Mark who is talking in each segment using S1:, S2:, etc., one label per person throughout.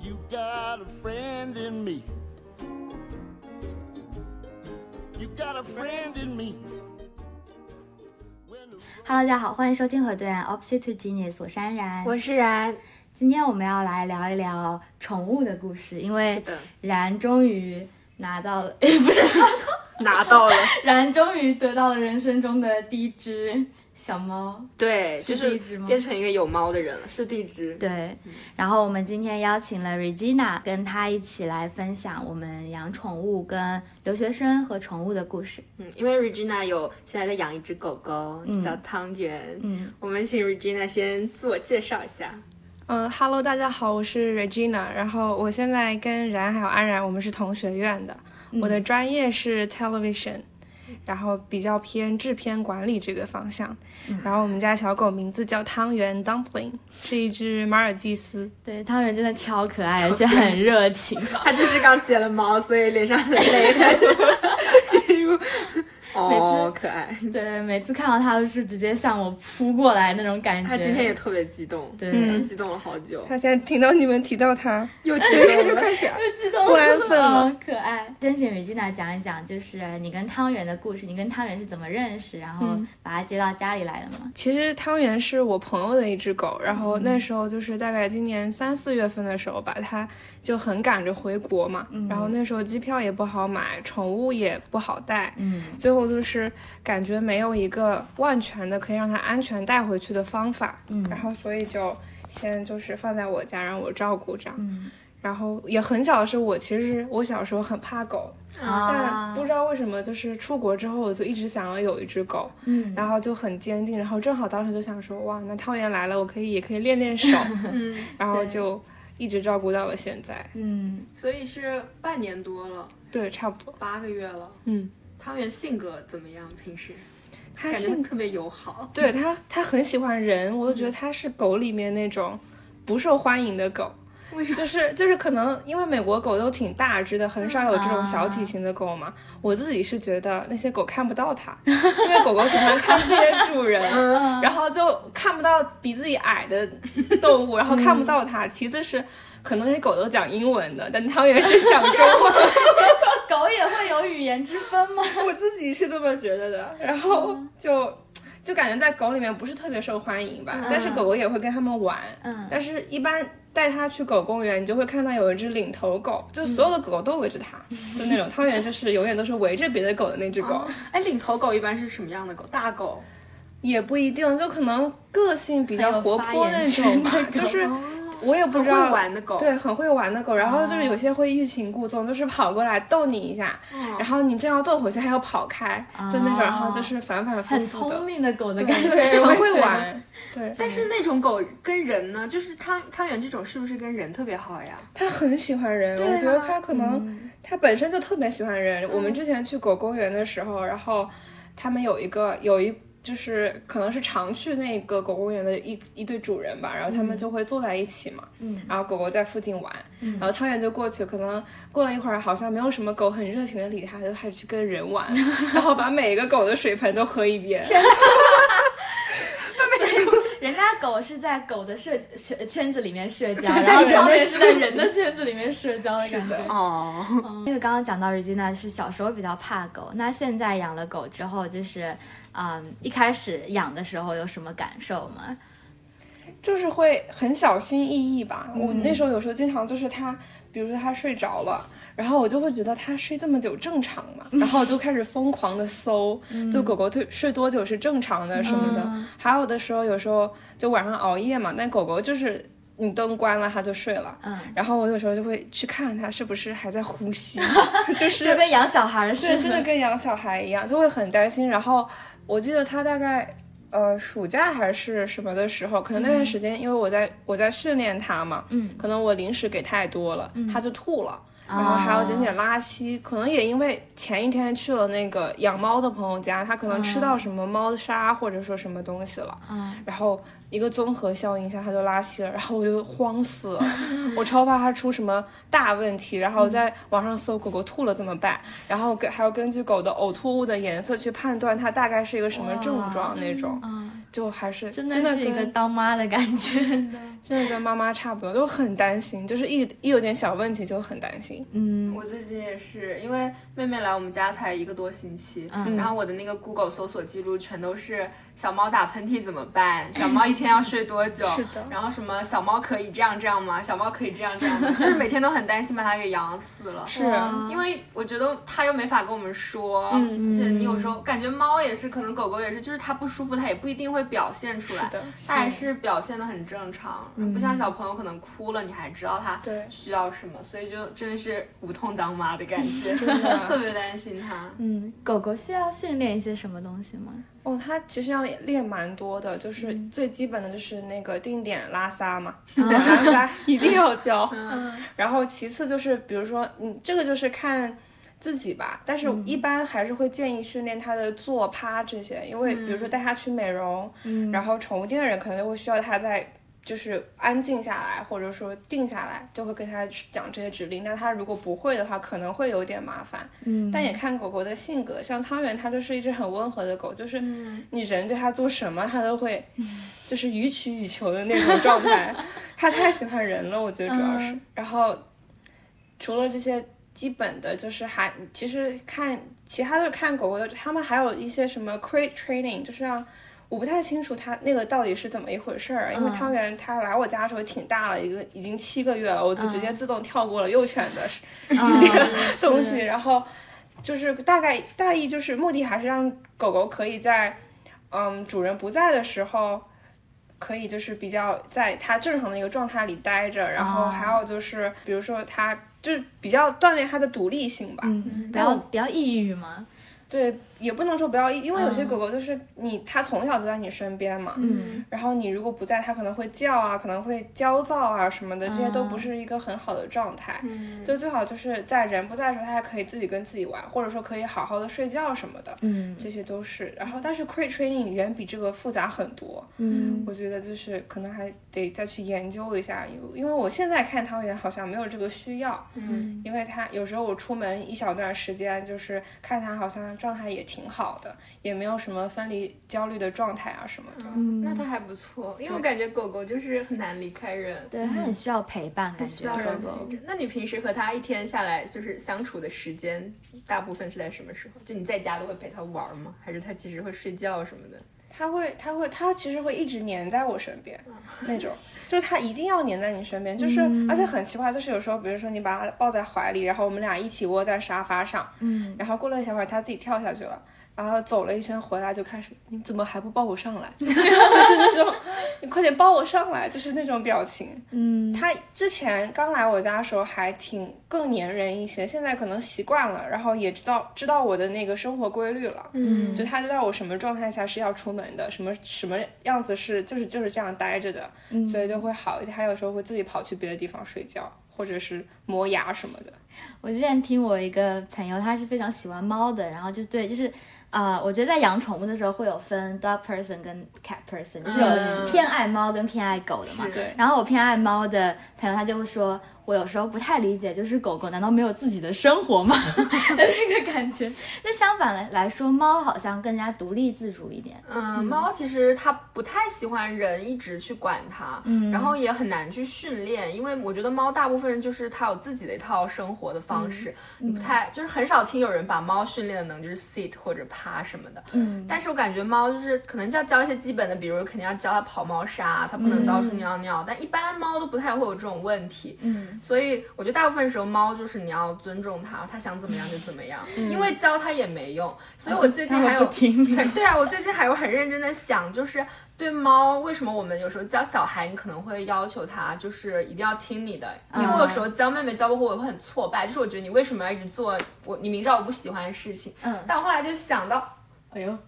S1: you got a friend in me. You got a friend in me. When the
S2: Hello，大家好，欢迎收听和对岸 Opposite Genius，我是安然。
S3: 我是啊然，
S2: 今天我们要来聊一聊宠物的故事，因为
S3: 的，
S2: 然终于拿到了， 诶，不是，
S3: 拿到 了，
S2: 然终于得到了人生中的第一只小猫。
S3: 对，就是
S2: 地
S3: 是
S2: 址吗
S3: 变成一个有猫的人了，是地址。
S2: 对，然后我们今天邀请了 Regina，跟她一起来分享我们养宠物、跟留学生和宠物的故事。
S3: 嗯，因为 Regina 有现在在养一只狗狗，叫汤圆。
S2: 嗯，
S3: 我们请 Regina 先自我介绍一下。
S4: 嗯哈喽，大家好，我是 Regina，然后我现在跟然还有安然，我们是同学院的，我的专业是 television，然后比较偏制片管理这个方向，然后我们家小狗名字叫汤圆 Dumpling，是一只马尔济斯，
S2: 对，汤圆真的超可爱，而且很 热情。
S3: 他就是刚剪了毛，所以脸上很累 很。进入哦，可爱。
S2: 对，每次看到它都是直接向我扑过来那种感觉。
S3: 他今天也特别激动，
S2: 对
S3: 嗯，激动了好久，
S4: 它现在听到你们提到它，
S3: 又激动
S4: 就
S3: 了。啊
S4: 开始
S2: 激动
S4: 不安分了
S2: 嗯可爱。先请 Regina 讲一讲，就是你跟汤圆的故事，你跟汤圆是怎么认识，然后
S4: 嗯
S2: 把他接到家里来的吗？
S4: 其实汤圆是我朋友的一只狗，然后那时候就是大概今年三四月份的时候吧，它就很赶着回国嘛，然后那时候机票也不好买，宠物也不好带，
S2: 嗯
S4: 最后就是感觉没有一个万全的可以让它安全带回去的方法，
S2: 嗯
S4: 然后所以就先就是放在我家让我照顾这样，
S2: 嗯
S4: 然后也很巧的是我其实我小时候很怕狗，但
S2: 啊
S4: 不知道为什么就是出国之后我就一直想要有一只狗，
S2: 嗯
S4: 然后就很坚定，然后正好当时就想说，哇，那汤圆来了，我可以也可以练练手，
S3: 嗯，
S4: 然后就一直照顾到了现在，
S2: 嗯
S3: 所以是半年多了，
S4: 对，差不多，
S3: 八个月了。
S4: 嗯，
S3: 汤圆性格怎么样？平时
S4: 他
S3: 感觉
S4: 性
S3: 特别友 好。
S4: 对他他很喜欢人，我就
S3: 嗯
S4: 觉得他是狗里面那种不受欢迎的狗。
S3: 为什么
S4: 就是就是可能因为美国狗都挺大只的，很少有
S3: 嗯
S4: 这种小体
S2: 啊
S4: 型的狗嘛。我自己是觉得那些狗看不到它，因为狗狗喜欢看自 己的主人，
S3: 嗯
S4: 然后就看不到比自己矮的动物，然后
S3: 嗯
S4: 看不到它。其次是可能那些狗都讲英文的，但汤圆是讲中文。
S2: 狗也会有语言之分吗？
S4: 我自己是这么觉得的，然后
S2: 嗯
S4: 就就感觉在狗里面不是特别受欢迎吧，但是狗狗也会跟它们玩，
S2: 嗯
S4: 但是一般带它去狗公园，你就会看到有一只领头狗，就所有的狗狗都围着它，
S2: 嗯
S4: 就那种汤圆就是永远都是围着别的狗的那只狗，
S3: 哦哎，领头狗一般是什么样的狗？大狗。
S4: 也不一定，就可能个性比较活泼那
S2: 很有
S4: 种吧
S2: 发言，权的狗
S5: 哦
S4: 就是。我也不知道
S3: 很会玩的狗
S4: 对，很会玩的狗，然后就是有些会欲擒故纵，就是跑过来逗你一下，然后你正要逗回去，它又跑开，就那种，然后就是反反复
S2: 很
S4: 复的
S2: 聪， 明的狗的感觉。哦
S4: 对，很
S2: 我觉
S4: 会
S2: 得
S4: 玩，对，
S3: 但是那种狗跟人呢，就是汤汤圆这种，是不是跟人特别好呀？
S4: 它很喜欢人，
S3: 啊
S4: 我觉得它可
S2: 嗯
S4: 能它本身就特别喜欢人。我们之前去狗公园的时候，然后他们有一个有一。就是可能是常去那个狗公园的一一对主人吧，然后他们就会坐在一起嘛，嗯，然后狗狗在附近玩，然后汤圆就过去，可能过了一会儿好像没有什么狗很热情的理它，就开始去跟人玩，然后把每一个狗的水盆都喝一遍，
S2: 人家狗是在狗的社圈圈子里面社交，然后
S4: 人类
S2: 汤圆是在人的圈子里面社交的感
S4: 是
S2: 觉
S4: 的。
S3: 哦，
S2: 因为刚刚讲到 Regina 是小时候比较怕狗，那现在养了狗之后，就是嗯，一开始养的时候有什么感受吗？
S4: 就是会很小心翼翼吧。我那时候有时候经常就是他，比如说他睡着了，然后我就会觉得他睡这么久正常嘛，然后我就开始疯狂的搜，就狗狗对睡多久是正常的什么的。还有的时候有时候就晚上熬夜嘛，但狗狗就是。你灯关了，它就睡了。
S2: 嗯，
S4: 然后我有时候就会去看它是不是还在呼吸，就是
S2: 就跟养小孩似
S4: 对，真的
S2: 的。
S4: 跟养小孩一样，就会很担心。然后我记得他大概呃暑假还是什么的时候，可能那段时间因为我在我在训练他嘛，嗯，啊可能我零食给太多了，他就吐了。然后还有点点拉稀，可能也因为前一天去了那个养猫的朋友家，他可能吃到什么猫砂或者说什么东西了，
S2: 嗯，
S4: 然后一个综合效应下，它就拉稀了，然后我就慌死 了，我超怕它出什么大问题，然
S2: 嗯
S4: 后在网上搜狗狗吐了怎么办，然后跟还要根据狗的呕吐物的颜色去判断它大概是一个什么症状那种，
S2: 嗯
S4: 就还是
S2: 真
S4: 的
S2: 的是一个
S4: 跟
S2: 当妈的感觉。
S4: 真的跟妈妈差不多，都很担心，就是一一有点小问题就很担心。
S2: 嗯
S5: 我最近也是，因为妹妹来我们家才一个多星期，
S4: 嗯
S5: 然后我的那个 Google 搜索记录全都是小猫打喷嚏怎么办，小猫一天要睡多久，
S4: 是的
S5: 然后什么小猫可以这样这样吗？小猫可以这样这样吗？就是每天都很担心把它给养死了。
S4: 是
S2: 哇
S5: 因为我觉得它又没法跟我们说，
S4: 嗯
S5: 就是你有时候感觉猫也是，可能狗狗也是，就是它不舒服，它也不一定会表现出来
S4: 是的，嗯
S5: 它还是表现的很正常，不像小朋友可能哭了，你还知道它
S4: 对
S5: 需要什么，所以就真的是无痛当妈的感觉，
S4: 的
S5: 特别担心它。
S2: 嗯，狗狗需要训练一些什么东西吗？
S4: 哦，它其实要练蛮多的，就是最基本的就是那个定点拉撒嘛，拉撒一定要教。然后其次就是比如说，嗯，这个就是看自己吧，但是一般还是会建议训练它的坐趴这些，因为比如说带它去美容，然后宠物店的人可能就会需要它在。就是安静下来，或者说定下来，就会跟它讲这些指令。那它如果不会的话，可能会有点麻烦。
S2: 嗯
S4: 但也看狗狗的性格，像汤圆它就是一只很温和的狗，就是
S2: 嗯
S4: 你人对它做什么，它都会 就是予取予求的那种状态。它太喜欢人了，我觉得主要是。
S2: 嗯
S4: 然后除了这些基本的，就是还其实看其他的看狗狗的，他们还有一些什么 crate training，就是让。我不太清楚它那个到底是怎么一回事儿，啊因为
S2: 嗯
S4: 汤圆它来我家的时候挺大了，一个已经七个月了，我就直接
S2: 嗯
S4: 自动跳过了幼犬的
S2: 一
S4: 些
S2: 嗯
S4: 东西，然后就是大概大意就是目的还是让狗狗可以在嗯主人不在的时候，可以就是比较在它正常的一个状态里待着，然后
S2: 哦
S4: 还有就是比如说它就是比较锻炼它的独立性吧，
S2: 嗯，不
S4: 但
S2: 要
S4: 我
S2: 不要抑郁嘛。
S4: 对，也不能说不要，因为有些
S2: 嗯
S4: 狗狗就是你它从小就在你身边嘛，
S2: 嗯
S4: 然后你如果不在，它可能会叫啊，可能会焦躁啊什么的，这些都不
S2: 嗯
S4: 是一个很好的状态。就最好就是在人不在的时候，它还可以自己跟自己玩，或者说可以好好的睡觉什么的，
S2: 嗯
S4: 这些都是。然后，但是 crate training 远比这个复杂很多，
S2: 嗯
S4: 我觉得就是可能还得再去研究一下，因为因为我现在看汤圆好像没有这个需要，
S5: 嗯，
S4: 因为它有时候我出门一小段时间，就是看它好像状态也挺好的，也没有什么分离焦虑的状态啊什么
S2: 嗯
S4: 的。
S5: 那它还不错，因为我感觉狗狗就是很难离开人。
S2: 对，它很需要陪伴，感
S5: 需
S2: 觉
S5: 要人
S2: 狗狗
S5: 陪。着。那你平时和它一天下来就是相处的时间，大部分是在什么时候？就你在家都会陪它玩吗？还是它其实会睡觉什么的？
S4: 它会，它会，它其实会一直黏在我身边， 那种，就是它一定要黏在你身边，就是，而且很奇怪，就是有时候，比如说你把它抱在怀里，然后我们俩一起窝在沙发上，
S2: 嗯，
S4: 然后过了一小会儿，它自己跳下去了，然后走了一圈回来就开始，你怎么还不抱我上来？ 就是那种，你快点抱我上来，就是那种表情。
S2: 嗯，
S4: 它之前刚来我家的时候还挺更粘人一些，现在可能习惯了，然后也知道知道我的那个生活规律了，
S5: 嗯
S4: 就他知道我什么状态下是要出门的，什么什么样子是就是就是这样待着的，
S5: 嗯
S4: 所以就会好一点。他有时候会自己跑去别的地方睡觉，或者是磨牙什么的。
S2: 我之前听我一个朋友，他是非常喜欢猫的，然后就对，就是啊、呃我觉得在养宠物的时候会有分 dog person 跟 cat person，就是有
S5: 嗯
S2: 偏爱猫跟偏爱狗的嘛。
S5: 是
S4: 对
S2: 然后我偏爱猫的朋友，他就会说，我有时候不太理解，就是狗狗难道没有自己的生活 吗？的那个感觉。那相反来来说，猫好像更加独立自主一点。
S5: 嗯，猫其实它不太喜欢人一直去管它，
S2: 嗯
S5: 然后也很难去训练，因为我觉得猫大部分就是它有自己的一套生活的方式，你
S2: 嗯
S5: 不太就是很少听有人把猫训练的能就是 sit 或者趴什么的。
S2: 嗯
S5: 但是我感觉猫就是可能就要教一些基本的，比如肯定要教它跑猫砂，它不能到处尿尿，但一般猫都不太会有这种问题。
S2: 嗯，
S5: 所以我觉得大部分时候猫就是你要尊重它，它想怎么样就怎么样，因为教它也没用。所以我最近
S2: 嗯它会
S5: 还有、
S2: 不听 你
S5: 对啊，我最近还有很认真的想，就是对猫为什么我们有时候教小孩，你可能会要求它就是一定要听你的，因为我有时候教妹妹教不会，我会很挫败，就是我觉得你为什么要一直做我你明知道我不喜欢的事情，
S2: 嗯
S5: 但我后来就想到。
S2: 哎呦，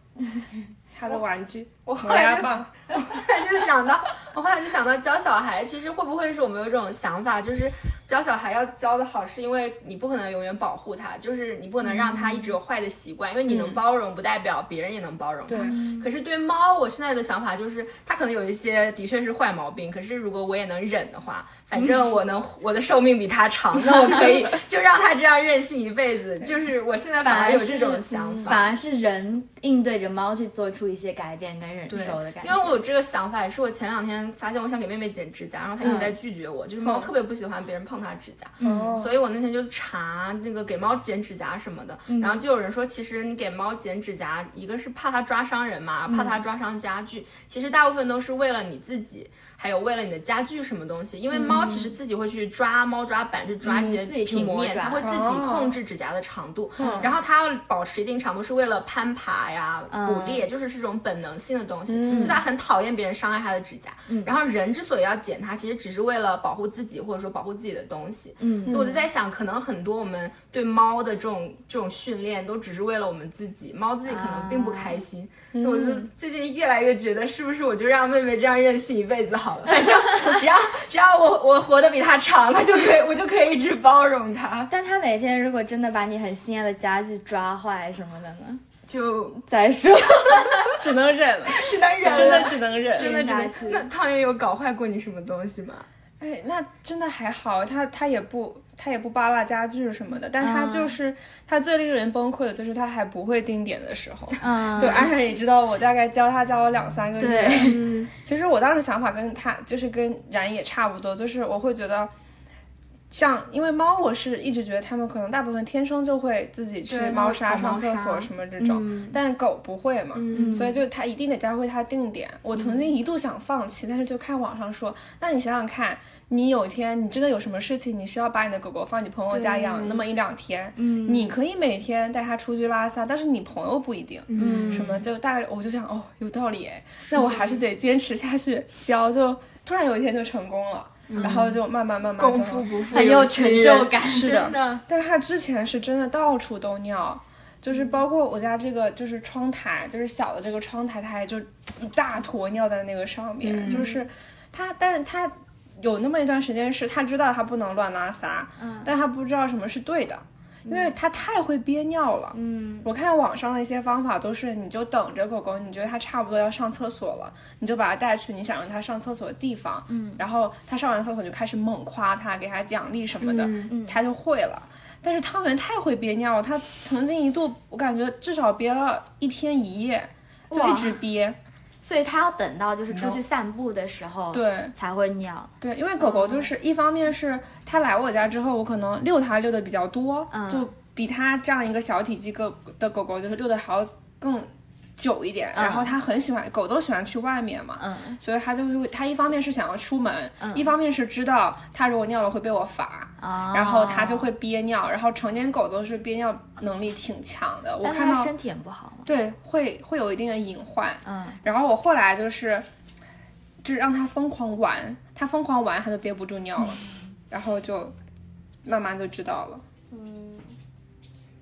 S4: 他的玩具，
S5: 我
S4: 磨牙棒，
S5: 突然就想到，我后来就想到教小孩，其实会不会是我们有一种想法，就是教小孩要教的好，是因为你不可能永远保护他，就是你不能让他一直有坏的习惯，因为你能包容，不代表别人也能包容他。可是对猫，我现在的想法就是，它可能有一些的确是坏毛病，可是如果我也能忍的话，反正我能我的寿命比它长，那我可以就让它这样任性一辈子。就是我现在反而有这种想法。
S2: 嗯反而是人应对着猫去做出一些改变跟忍受的感觉。
S5: 因为我有这个想法，也是我前两天发现，我想给妹妹剪指甲，然后她一
S2: 嗯
S5: 直在拒绝我，就是猫特别不喜欢别人碰它指甲，
S4: 哦
S5: 所以我那天就查那个给猫剪指甲什么的，
S2: 嗯
S5: 然后就有人说，其实你给猫剪指甲，一个是怕它抓伤人嘛，怕
S2: 嗯
S5: 它抓伤家具，其实大部分都是为了你自己，还有为了你的家具什么东西，因为猫其实自己会去抓猫抓板，去抓一些
S2: 嗯自己去
S5: 平
S2: 磨
S5: 面，
S2: 爪
S5: 它会自己控制指甲的长度，
S2: 嗯
S5: 然后它要保持一定长度是为了攀爬呀、捕
S2: 嗯
S5: 猎，就是是这种本能性的东西，就它很讨厌别人伤害它的指甲。
S2: 嗯
S5: 然后人之所以要剪它，其实只是为了保护自己，或者说保护自己的东西。
S2: 嗯
S5: 所以我就在想，可能很多我们对猫的这种这种训练，都只是为了我们自己，猫自己可能并不开心。
S2: 啊
S5: 所以我就
S2: 嗯
S5: 最近越来越觉得，是不是我就让妹妹这样任性一辈子好 了？反正只要只要我我活得比她长，她就可以，我就可以一直包容她。
S2: 但它哪天如果真的把你很心爱的家具抓坏什么的呢？
S5: 就
S2: 再说，
S4: 只能忍了，
S5: 只能忍，
S4: 真的只能 忍。
S5: 真的只
S2: 忍
S5: 能
S2: 下。去
S5: 那汤圆有搞坏过你什么东西吗？
S4: 哎，那真的还好，他他也不他也不扒拉家具什么的，但他
S5: 啊
S4: 就是、他最令人崩溃的就是他还不会定点的时候。
S5: 啊
S2: 嗯，
S4: 就安然嗯也知道，我大概教他教了两三个月。
S2: 对，
S4: 其实我当时想法跟他就是跟然也差不多，就是我会觉得像，因为猫，我是一直觉得它们可能大部分天生就会自己去
S5: 对
S4: 猫
S5: 它
S4: 砂、
S5: 们
S4: 上
S5: 搞猫
S4: 厕所
S5: 砂嗯
S4: 什么这种，但狗不会嘛，所以就它一定得教会它定点。我曾
S5: 嗯
S4: 经一度想放弃，但是就看网上说，那你想想看，你有一天你真的有什么事情，你需要把你的狗狗放你朋友家养
S5: 对嗯
S4: 那么一两天，你可以每天带它出去拉撒，但是你朋友不一定。
S5: 嗯
S4: 什么就大概我就想哦，有道理哎，那我还是得坚持下去教，就突然有一天就成功了，然后就慢慢慢慢
S5: 功
S4: 就
S5: 夫不负
S2: 很有成就感。
S4: 是
S5: 真
S4: 的。
S5: 的。
S4: 但他之前是真的到处都尿，就是包括我家这个就是窗台，就是小的这个窗台，它也就一大坨尿在那个上
S2: 嗯
S4: 面，就是他，但是他有那么一段时间是他知道他不能乱拉撒，
S2: 嗯
S4: 但他不知道什么是对的。因为他太会憋尿了，
S2: 嗯，
S4: 我看网上的一些方法都是，你就等着狗狗，你觉得它差不多要上厕所了，你就把它带去你想让它上厕所的地方，嗯，然后它上完厕所你就开始猛夸它，给它奖励什么的，
S2: 嗯
S4: 它就会了。但是汤圆太会憋尿了，它曾经一度我感觉至少憋了一天一夜，就
S2: 哇
S4: 一直憋。
S2: 所以它要等到就是出去散步的时候，
S4: 对
S2: 才会尿。
S4: 对，因为狗狗
S2: 哦
S4: 就是一方面是它来我家之后，我可能遛它遛的比较多，
S2: 嗯
S4: 就比它这样一个小体积个的狗狗就是遛的还要更久一点。
S2: 嗯
S4: 然后它很喜欢，狗都喜欢去外面嘛，
S2: 嗯，
S4: 所以它就会它一方面是想要出门，
S2: 嗯
S4: 一方面是知道它如果尿了会被我罚。
S2: 啊，
S4: 然后它就会憋尿，然后成年狗都是憋尿能力挺强的，我
S2: 但
S4: 看
S2: 它
S4: 到
S2: 身体也不好嘛。
S4: 对会会有一定的隐患。
S2: 嗯，
S4: 然后我后来就是，就是让它疯狂玩，它疯狂玩，它就憋不住 尿了，然后就慢慢就知道了。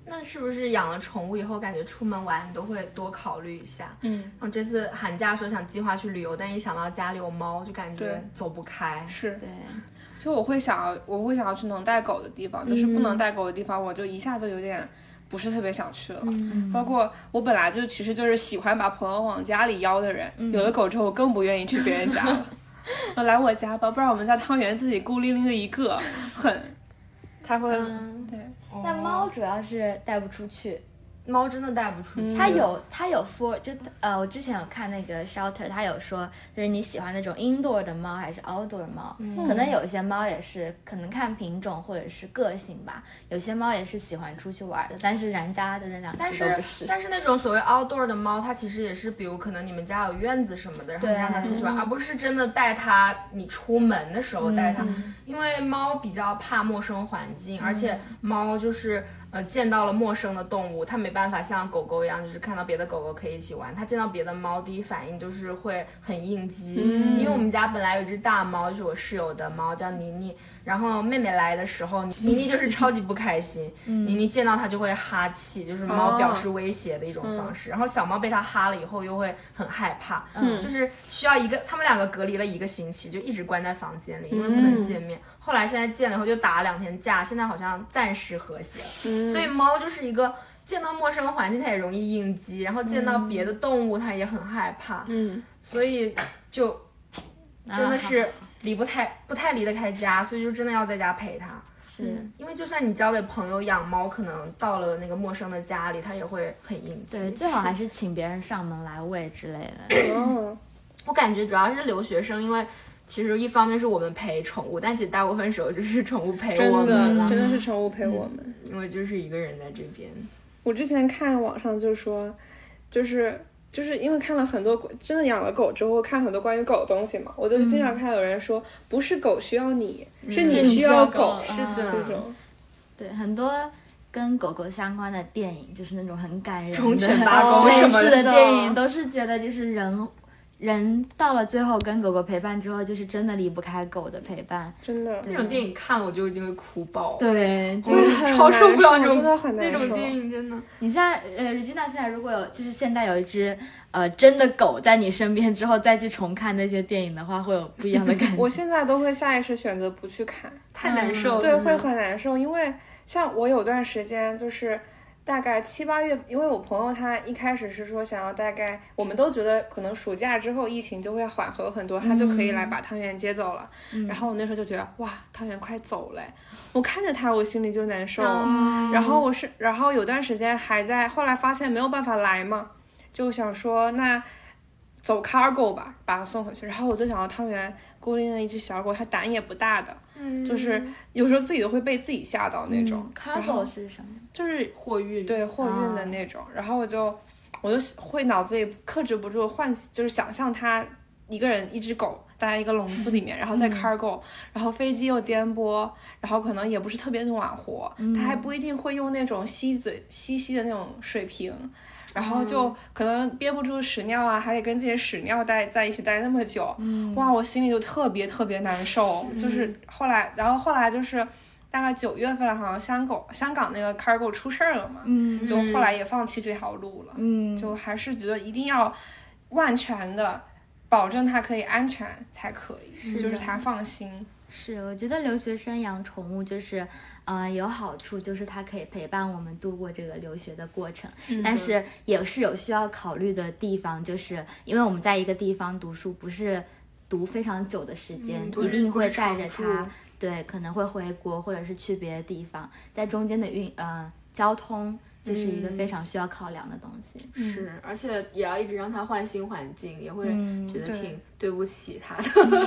S5: 那是不是养了宠物以后，感觉出门玩你都会多考虑一下？
S4: 嗯，
S5: 我这次寒假的时候想计划去旅游，但一想到家里有猫，就感觉
S4: 对
S5: 走不开。
S4: 是，
S2: 对，
S4: 就我会想要，我会想要去能带狗的地方，就是不
S5: 嗯
S4: 能带狗的地方，我就一下就有点不是特别想去了。
S5: 嗯
S4: 嗯包括我本来就其实就是喜欢把朋友往家里邀的人，有了
S5: 嗯
S4: 狗之后，我更不愿意去别人家 了。呃来我家吧，不然我们家汤圆自己孤零零的一个，很，他会、
S2: 嗯，
S4: 对，
S2: 那
S5: 哦
S2: 猫主要是带不出去，
S5: 猫真的带不出去，
S2: 它有它有 for 就呃，我之前有看那个 shelter，它有说就是你喜欢那种 indoor 的猫还是 outdoor 猫，
S5: 嗯
S2: 可能有些猫也是可能看品种或者是个性吧，有些猫也是喜欢出去玩的，但是然家的那两
S5: 但
S2: 只都
S5: 是
S2: 不是。
S5: 但是那种所谓 outdoor 的猫，它其实也是，比如可能你们家有院子什么的，然后
S2: 对啊嗯
S5: 你让它出去玩，而不是真的带它你出门的时候带它，
S2: 嗯
S5: 因为猫比较怕陌生环境，而且猫就是呃见到了陌生的动物，它没办法像狗狗一样，就是看到别的狗狗可以一起玩，它见到别的猫，第一反应就是会很应激。
S2: 嗯
S5: 因为我们家本来有一只大猫，就是我室友的猫，叫妮妮。然后妹妹来的时候，妮妮就是超级不开心，妮妮见到它就会哈气，就是猫表示威胁的一种方式。然后小猫被它哈了以后，又会很害怕，就是需要一个，他们两个隔离了一个星期，就一直关在房间里，因为不能见面。后来现在见了以后就打了两天架，现在好像暂时和谐了。
S4: 嗯
S5: 所以猫就是一个见到陌生环境它也容易应激，然后见到别的动物它也很害怕，
S4: 嗯，
S5: 所以就
S2: 啊
S5: 真的是离不太不太离得开家，所以就真的要在家陪它。
S2: 是。
S5: 因为就算你交给朋友养猫，可能到了那个陌生的家里，它也会很应激。
S2: 对，最好还是请别人上门来喂之类
S5: 嗯
S2: 的。
S4: 哦，
S5: 我感觉主要是留学生，因为其实一方面是我们陪宠物，但其实大部分时候就是宠物陪哎我们嗯
S4: 真的
S5: 了，
S4: 真的是宠物陪我们。
S5: 因为就是一个人在这边。
S4: 我之前看网上就说，就是就是因为看了很多真的养了狗之后，看很多关于狗的东西嘛，我就经常看有人说，不是狗需要你，是
S5: 嗯是
S4: 你
S5: 你
S4: 需
S2: 需要
S4: 要
S2: 狗嗯
S4: 狗，
S2: 是
S5: 的
S4: 这种。
S2: 对，很多跟狗狗相关的电影，就是那种很感人的、
S5: 忠犬八公
S2: 类
S5: 什么
S2: 似
S5: 的
S2: 的电影，都是觉得就是人。人到了最后跟狗狗陪伴之后，就是真的离不开狗的陪伴。
S4: 真的，
S2: 对
S5: 那种电影看了我就一定会哭爆。
S2: 对，就
S5: 我
S4: 很
S5: 超受不了
S4: 难
S5: 这
S4: 受真的
S5: 种
S4: 很
S5: 那
S4: 难
S5: 种
S4: 受
S5: 电影，真的。
S2: 你现在呃，Regina 现在如果有就是现在有一只呃真的狗在你身边之后，再去重看那些电影的话，会有不一样的感觉。
S4: 我现在都会下意识选择不去看，
S5: 太
S2: 嗯
S5: 难受了。
S4: 对，会很难受，因为像我有段时间就是。大概七八月，因为我朋友他一开始是说想要大概，我们都觉得可能暑假之后疫情就会缓和很多，他就可以来把汤圆接走了。然后我那时候就觉得哇，汤圆快走了，我看着他我心里就难受。
S5: 嗯
S4: 然后我是，然后有段时间还在，后来发现没有办法来嘛，就想说那走 cargo 吧，把它送回去。然后我就想到汤圆孤零零的一只小狗，它胆也不大的，就是有时候自己都会被自己吓到那种。然后
S2: 嗯 cargo 是什么？
S4: 就是
S5: 货运，
S4: 对货运的那种。然后我就我就会脑子里克制不住幻，就是想象它一个人一只狗。待在一个笼子里面，然后再 cargo，、然后飞机又颠簸，然后可能也不是特别暖和，它还不一定会用那种吸嘴吸吸的那种水瓶，然后就可能憋不住屎尿啊，还得跟这些屎尿待在一起待那么久，哇，我心里就特别特别难受。就是后来，然后后来就是大概九月份，好像香港香港那个 cargo 出事儿了嘛，
S2: 嗯
S4: 就后来也放弃这条路了，
S2: 嗯，
S4: 就还是觉得一定要万全的保证它可以安全才可以，就是
S2: 的
S4: 才放心。
S2: 是，我觉得留学生养宠物就是，嗯、有好处就是它可以陪伴我们度过这个留学的过程，但是也是有需要考虑的地方，就是因为我们在一个地方读书，不是读非常久的时间，
S5: 嗯不
S2: 一
S5: 是
S2: 定
S5: 不
S2: 会
S5: 是
S2: 带
S5: 常
S2: 着
S5: 住
S2: 它，对，可能会回国或者是去别的地方，在中间的运呃交通就是一个
S5: 嗯
S2: 非常需要考量的东西。
S4: 嗯
S5: 是，而且也要一直让它换新环境，也会觉得
S4: 对嗯
S5: 挺对不起它的。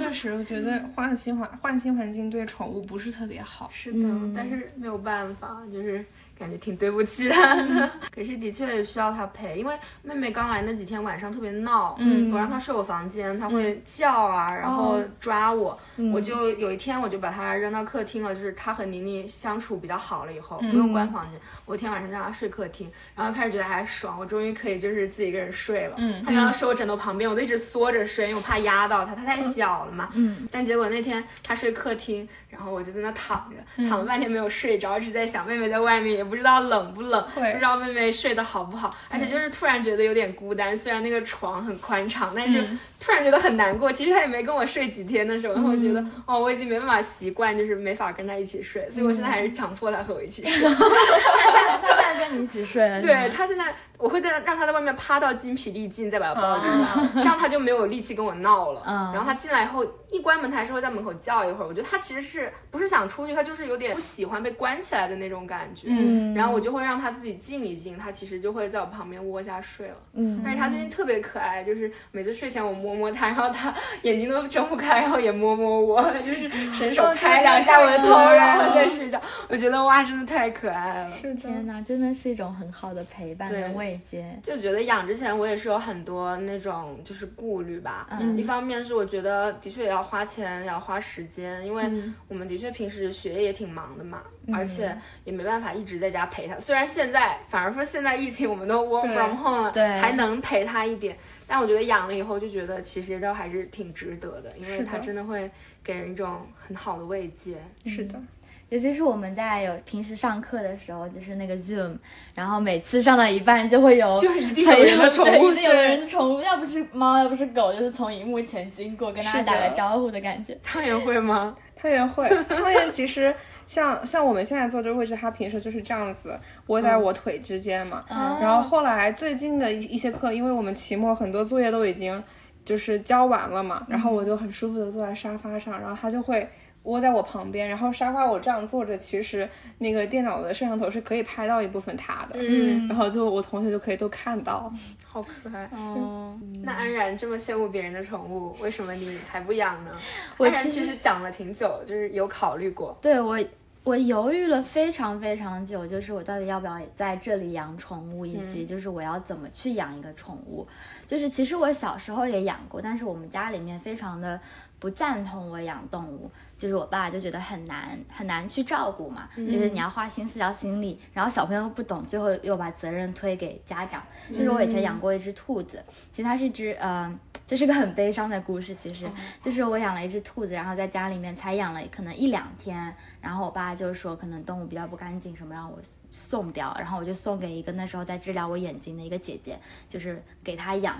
S4: 确实，我觉得换新环换新环境对宠物不是特别好。
S5: 是的，但
S4: 嗯
S5: 是没有办法，就是感觉挺对不起它
S4: 嗯
S5: 的。 可是的确也需要它陪，因为妹妹刚来那几天晚上特别闹，
S4: 嗯哦
S5: 我让她睡我房间，她会叫啊，然后抓我。嗯我就有一天我就把她扔到客厅了，就是她和妮妮相处比较好了以后，不用关房间，我一天晚上让她睡客厅，然后开始觉得还爽，我终于可以就是自己一个人睡了。嗯，她嗯原来睡我枕头旁边，我都一直缩着睡，因为我怕压到她，她太小了嘛。但结果那天他睡客厅，然后我就在那躺着，躺了半天没有睡着，一直在想妹妹在外面，也不知道冷不冷，不
S4: 对
S5: 知道妹妹睡得好不好，而且就是突然觉得有点孤单。虽然那个床很宽敞，但是就突然觉得很难过。其实他也没跟我睡几天的时候，然后我觉得哦，我已经没办法习惯，就是没法跟他一起睡，所以我现在还是强迫他和我一起睡。
S2: 它它现在跟你一起睡了，是
S5: 对
S2: 吗，
S5: 他现在，我会在让他在外面趴到筋疲力尽，再把他抱进
S4: 哦
S5: 来，
S4: 啊
S5: 这样他就没有力气跟我闹了。
S2: 嗯
S5: 然后他进来以后，一关门他还是会在门口叫一会儿。我觉得他其实是不是想出去，他就是有点不喜欢被关起来的那种感觉。
S2: 嗯
S5: 然后我就会让他自己静一静，他其实就会在我旁边窝下睡了。
S2: 嗯
S5: 但是他最近特别可爱，就是每次睡前我摸摸摸它，然后它眼睛都睁不开，然后也摸摸我， 就是伸
S4: 嗯
S5: 手
S2: 哦
S5: 拍两下我的头，然后再睡觉。我觉得哇，真的太可爱了。
S4: 是的，
S2: 天哪，真的是一种很好的陪伴
S5: 对
S2: 跟慰藉。
S5: 就觉得养之前我也是有很多那种就是顾虑吧，
S2: 嗯
S5: 一方面是我觉得的确也要花钱，也要花时间，因为我们的确平时学业也挺忙的嘛，而且也没办法一直在家陪他。虽然现在反而说现在疫情我们都 work
S4: 对
S5: from home 了，
S2: 对
S5: 还能陪他一点，但我觉得养了以后就觉得其实都还是挺值得的，因
S4: 是
S5: 为
S4: 的
S5: 它真的会给人一种很好的慰藉。
S4: 是的，
S2: 尤其是我们在有平时上课的时候，就是那个 Zoom，然然后每次上到一半就会有
S5: 就一定有
S2: 陪
S5: 人的宠物
S2: 对一定有
S5: 对
S2: 人的宠物，要不是猫，要不是狗，就是从荧幕前经过，跟大家
S4: 是的
S2: 打个招呼的感觉。
S5: 汤圆会吗？
S4: 汤 圆会，汤圆其实像像我们现在坐这个位置，它平时就是这样子窝在我腿之间嘛。
S2: 嗯
S4: 然后后来最近的一一些课，因为我们期末很多作业都已经就是交完了嘛，然
S2: 嗯
S4: 后我就很舒服的坐在沙发上，然后它就会。窝在我旁边，然后沙发我这样坐着，其实那个电脑的摄像头是可以拍到一部分它的，
S5: 嗯
S4: 然后就我同学就可以都看到。
S2: 嗯
S5: 好可爱。
S2: 哦，
S5: 那安然这么羡慕别人的宠物，为什么你还不养呢？
S2: 我
S5: 安然
S2: 其实
S5: 其实讲了挺久，就是有考虑过。
S2: 对我，我犹豫了非常非常久，就是我到底要不要在这里养宠物，以及就是我要怎么去养一个宠物。就是其实我小时候也养过，但是我们家里面非常的不赞同我养动物，就是我爸就觉得很难很难去照顾嘛，就是你要花心思要心力，然后小朋友不懂，最后又把责任推给家长。就是我以前养过一只兔子，其实它是一只呃。这是个很悲伤的故事，其实就是我养了一只兔子，然后在家里面才养了可能一两天，然后我爸就说可能动物比较不干净什么，让我送掉，然后我就送给一个那时候在治疗我眼睛的一个姐姐，就是给她养。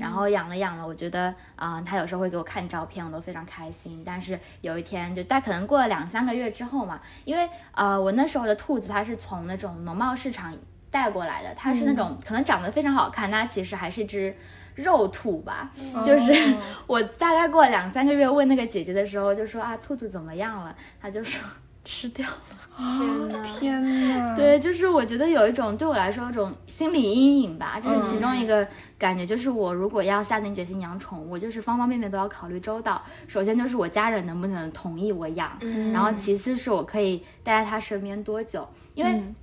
S2: 然后养了养了，我觉得啊、呃，她有时候会给我看照片，我都非常开心。但是有一天，就大可能过了两三个月之后嘛，因为呃，我那时候的兔子它是从那种农贸市场带过来的，它是那种、可能长得非常好看，但它其实还是只肉兔吧，
S4: 哦
S2: 就是我大概过两三个月问那个姐姐的时候，就说啊，兔子怎么样了？她就说 吃掉了。
S5: 天哪！
S4: 天呐，
S2: 哦对，就是我觉得有一种对我来说有一种心理阴影吧，这是其中一个感觉。就是我如果要下定决心养宠物，就是方方面面都要考虑周到。首先就是我家人能不能同意我养，然
S4: 嗯
S5: 嗯
S2: 后其次是我可以待在它身边多久，因为
S4: 嗯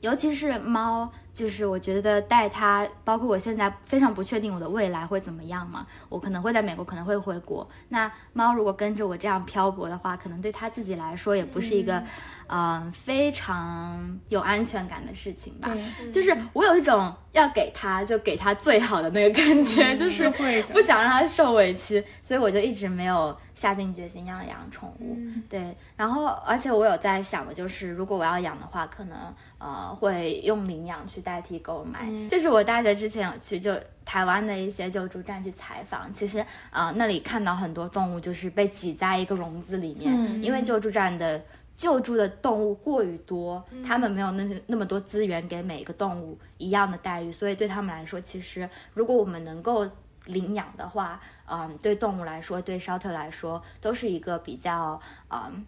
S2: 尤其是猫，就是我觉得带它，包括我现在非常不确定我的未来会怎么样嘛，我可能会在美国，可能会回国。那猫如果跟着我这样漂泊的话，可能对它自己来说也不是一个，嗯、非常有安全感的事情吧。啊就是我有一种要给它就给它最好的那个感觉， 就是
S4: 嗯会的
S2: 不想让它受委屈，所以我就一直没有下定决心要养宠物。
S5: 嗯
S2: 对，然后而且我有在想的就是，如果我要养的话，可能呃会用领养去代替购买。这是我大学之前有去就台湾的一些救助站去采访，其实呃那里看到很多动物就是被挤在一个笼子里面，嗯因
S5: 嗯
S2: 为救助站的。救助的动物过于多，他们没有那么那么多资源给每个动物一样的待遇，所以对他们来说，其实如果我们能够领养的话，嗯，对动物来说，对 shelter 来说，都是一个比较嗯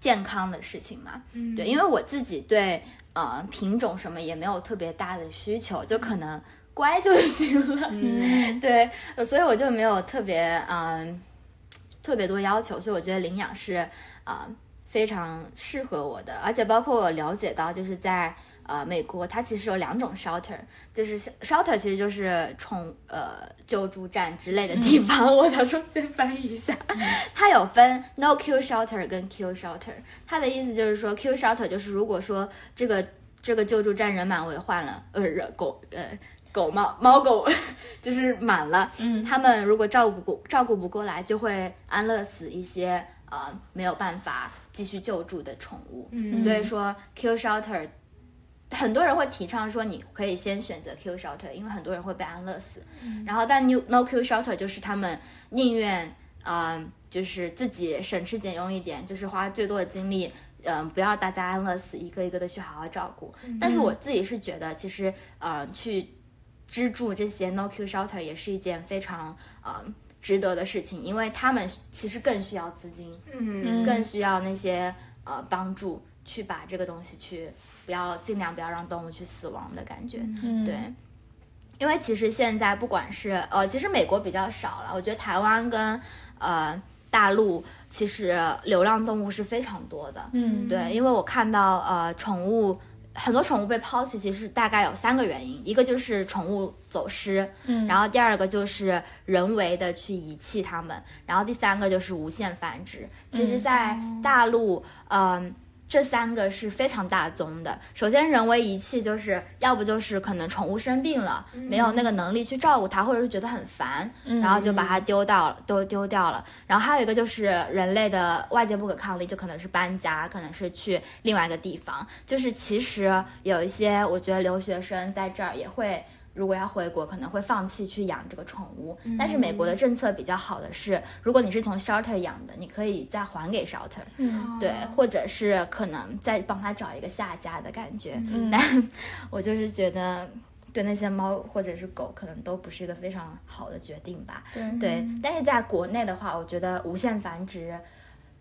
S2: 健康的事情嘛。对，因为我自己对呃品种什么也没有特别大的需求，就可能乖就行了。嗯、对，所以我就没有特别嗯特别多要求，所以我觉得领养是啊、呃非常适合我的，而且包括我了解到，就是在呃美国，它其实有两种 shelter，就是 shelter 其实就是宠呃救助站之类的地方， 我想说先翻译一下， 它有分 no kill shelter 跟 kill shelter，它的意思就是说 kill shelter 就是如果说这个这个救助站人满为患了，呃人狗呃。狗猫猫狗 就是满了，嗯，他们如果照顾不照顾不过来，就会安乐死一些呃没有办法继续救助的宠物，嗯，所以说 kill shelter 很多人会提倡说，你可以先选择 Q shelter，因为很多人会被安乐死。然后，但 New No Q shelter 就是他们宁愿，嗯、就是自己省吃俭用一点，就是花最多的精力，嗯、不要大家安乐死，一个一个的去好好照顾。但是我自己是觉得，其实，嗯、去资助这些 No Q shelter 也是一件非常，嗯、值得的事情，因为他们其实更需要资金，
S5: 嗯
S2: 更需要那些呃帮助去把
S5: 嗯
S4: 嗯
S2: 这个东西去不要尽量不要让动物去死亡的感觉，对。嗯因为其实现在不管是呃，其实美国比较少了，我觉得台湾跟呃大陆其实流浪动物是非常多的。
S4: 嗯，
S2: 对，因为我看到呃宠物。很多宠物被抛弃，其实大概有三个原因，一个就是宠物走失，
S4: 嗯
S2: 然后第二个就是人为的去遗弃它们，然后第三个就是无限繁殖。其实，在大陆，嗯、这三个是非常大宗的。首先，人为遗弃，就是要不就是可能宠物生病了，没有那个能力去照顾它，或者是觉得很烦，然后就把它丢到了，都丢掉了。然后还有一个就是人类的外界不可抗力，就可能是搬家，可能是去另外一个地方。就是其实有一些，我觉得留学生在这儿也会。如果要回国，可能会放弃去养这个宠物。但是美国的政策比较好的是，如果你是从 shelter 养的，你可以再还给 shelter。对，
S4: 嗯
S5: 哦嗯
S2: 或者是可能再帮他找一个下家的感觉。 但我就是觉得，对那些猫或者是狗，可能都不是一个非常好的决定吧。
S4: 对
S2: 对，但是在国内的话，我觉得无限繁殖，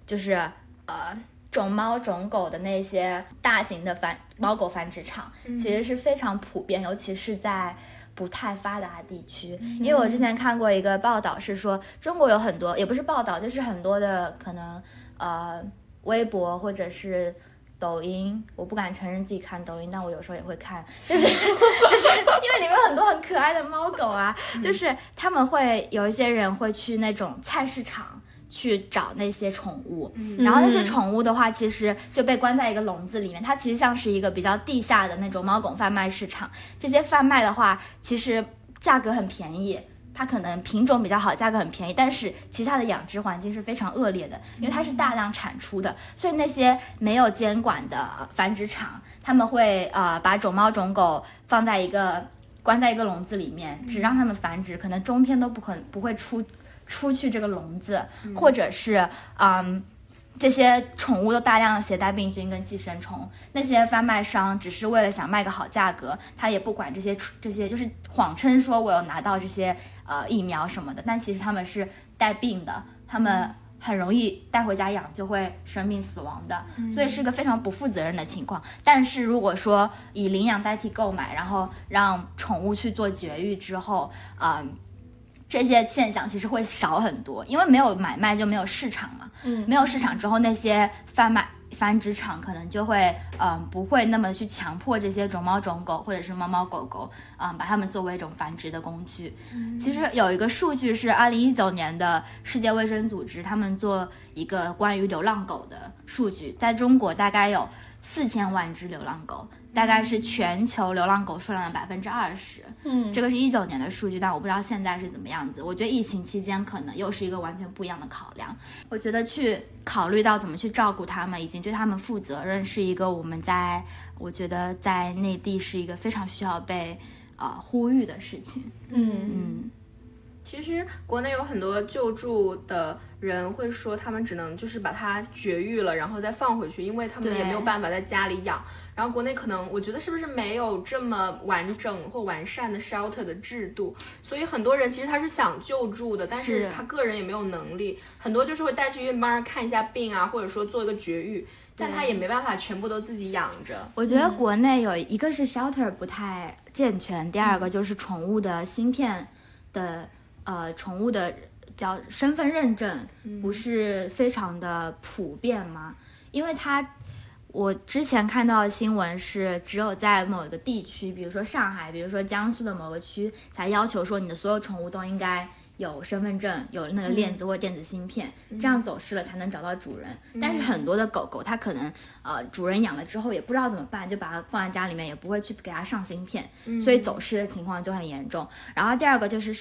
S2: 就是呃种猫种狗的那些大型的繁猫狗繁殖场，其实是非常普遍，尤其是在。不太发达地区，因为我之前看过一个报道，是说中国有很多，也不是报道，就是很多的可能，呃，微博或者是抖音，我不敢承认自己看抖音，但我有时候也会看，就是 就是因为里面有很多很可爱的猫狗啊，就是他们会有一些人会去那种菜市场。去找那些宠物，然后那些宠物的话，其实就被关在一个笼子里面。它其实像是一个比较地下的那种猫狗贩卖市场。这些贩卖的话，其实价格很便宜，它可能品种比较好，价格很便宜，但是其实它的养殖环境是非常恶劣的，因为它是大量产出的，所以那些没有监管的呃繁殖场，他们会呃把种猫种狗放在一个关在一个笼子里面，只让它们繁殖，可能中天都不可不会出出去这个笼子，或者是嗯。这些宠物都大量携带病菌跟寄生虫，那些贩卖商只是为了想卖个好价格，他也不管这些这些，就是谎称说我有拿到这些呃疫苗什么的，但其实他们是带病的，他们很容易带回家养就会生病死亡的，所以是个非常不负责任的情况。但是如果说以领养代替购买，然后让宠物去做绝育之后，嗯、这些现象其实会少很多，因为没有买卖就没有市场嘛。嗯，没有市场之后，那些贩卖繁殖场可能就会，嗯、不会那么去强迫这些种猫种狗或者是猫猫狗狗，嗯、把它们作为一种繁殖的工具。其实有一个数据是二零一九年的世界卫生组织他们做一个关于流浪狗的数据，在中国大概有四千万只流浪狗，大概是全球流浪狗数量的百分之二十。
S4: 嗯，
S2: 这个是一九年的数据，但我不知道现在是怎么样子。我觉得疫情期间可能又是一个完全不一样的考量。我觉得去考虑到怎么去照顾它们，以及对它们负责任，是一个我们在我觉得在内地是一个非常需要被呃呼吁的事情。
S4: 嗯
S2: 嗯，
S5: 其实国内有很多救助的人会说，他们只能就是把它绝育了，然后再放回去，因为他们
S2: 对
S5: 也没有办法在家里养。然后国内可能我觉得是不是没有这么完整或完善的 shelter 的制度，所以很多人其实他是想救助的，但是
S2: 是
S5: 他个人也没有能力，很多就是会带去医院帮人看一下病啊，或者说做一个绝育，但他也没办法全部都自己养着。
S2: 我觉得国内有一个是 shelter 不太健全，第二个就是宠物的芯片的呃宠物的叫身份认证不是非常的普遍吗？因为它我之前看到的新闻是，只有在某一个地区，比如说上海，比如说江苏的某个区，才要求说你的所有宠物都应该有身份证、有那个链子或电子芯片，这样走失了才能找到主人。但是很多的狗狗，它可能呃主人养了之后也不知道怎么办，就把它放在家里面，也不会去给它上芯片，所以走失的情况就很严重。然后第二个就是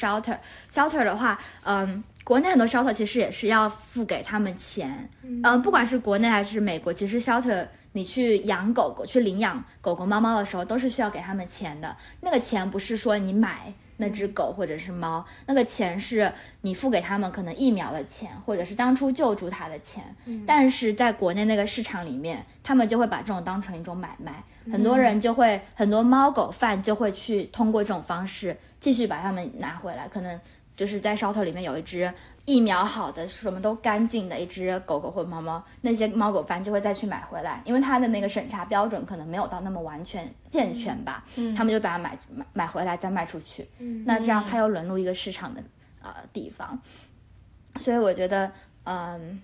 S2: shelter，shelter 的话，嗯。国内很多 shelter 其实也是要付给他们钱，嗯、呃，不管是国内还是美国，其实 shelter 你去养狗狗、去领养狗狗、猫猫的时候，都是需要给他们钱的。那个钱不是说你买那只狗或者是猫，那个钱是你付给他们可能疫苗的钱，或者是当初救助它的钱。但是在国内那个市场里面，他们就会把这种当成一种买卖，很多人就会很多猫狗贩就会去通过这种方式继续把它们拿回来，可能。就是在 shelter 里面有一只疫苗好的、什么都干净的一只狗狗或者猫猫，那些猫狗贩就会再去买回来，因为它的那个审查标准可能没有到那么完全健全吧，他们就把它买买买回来再卖出去，嗯那这样它又沦入一个市场的呃地方，所以我觉得，嗯，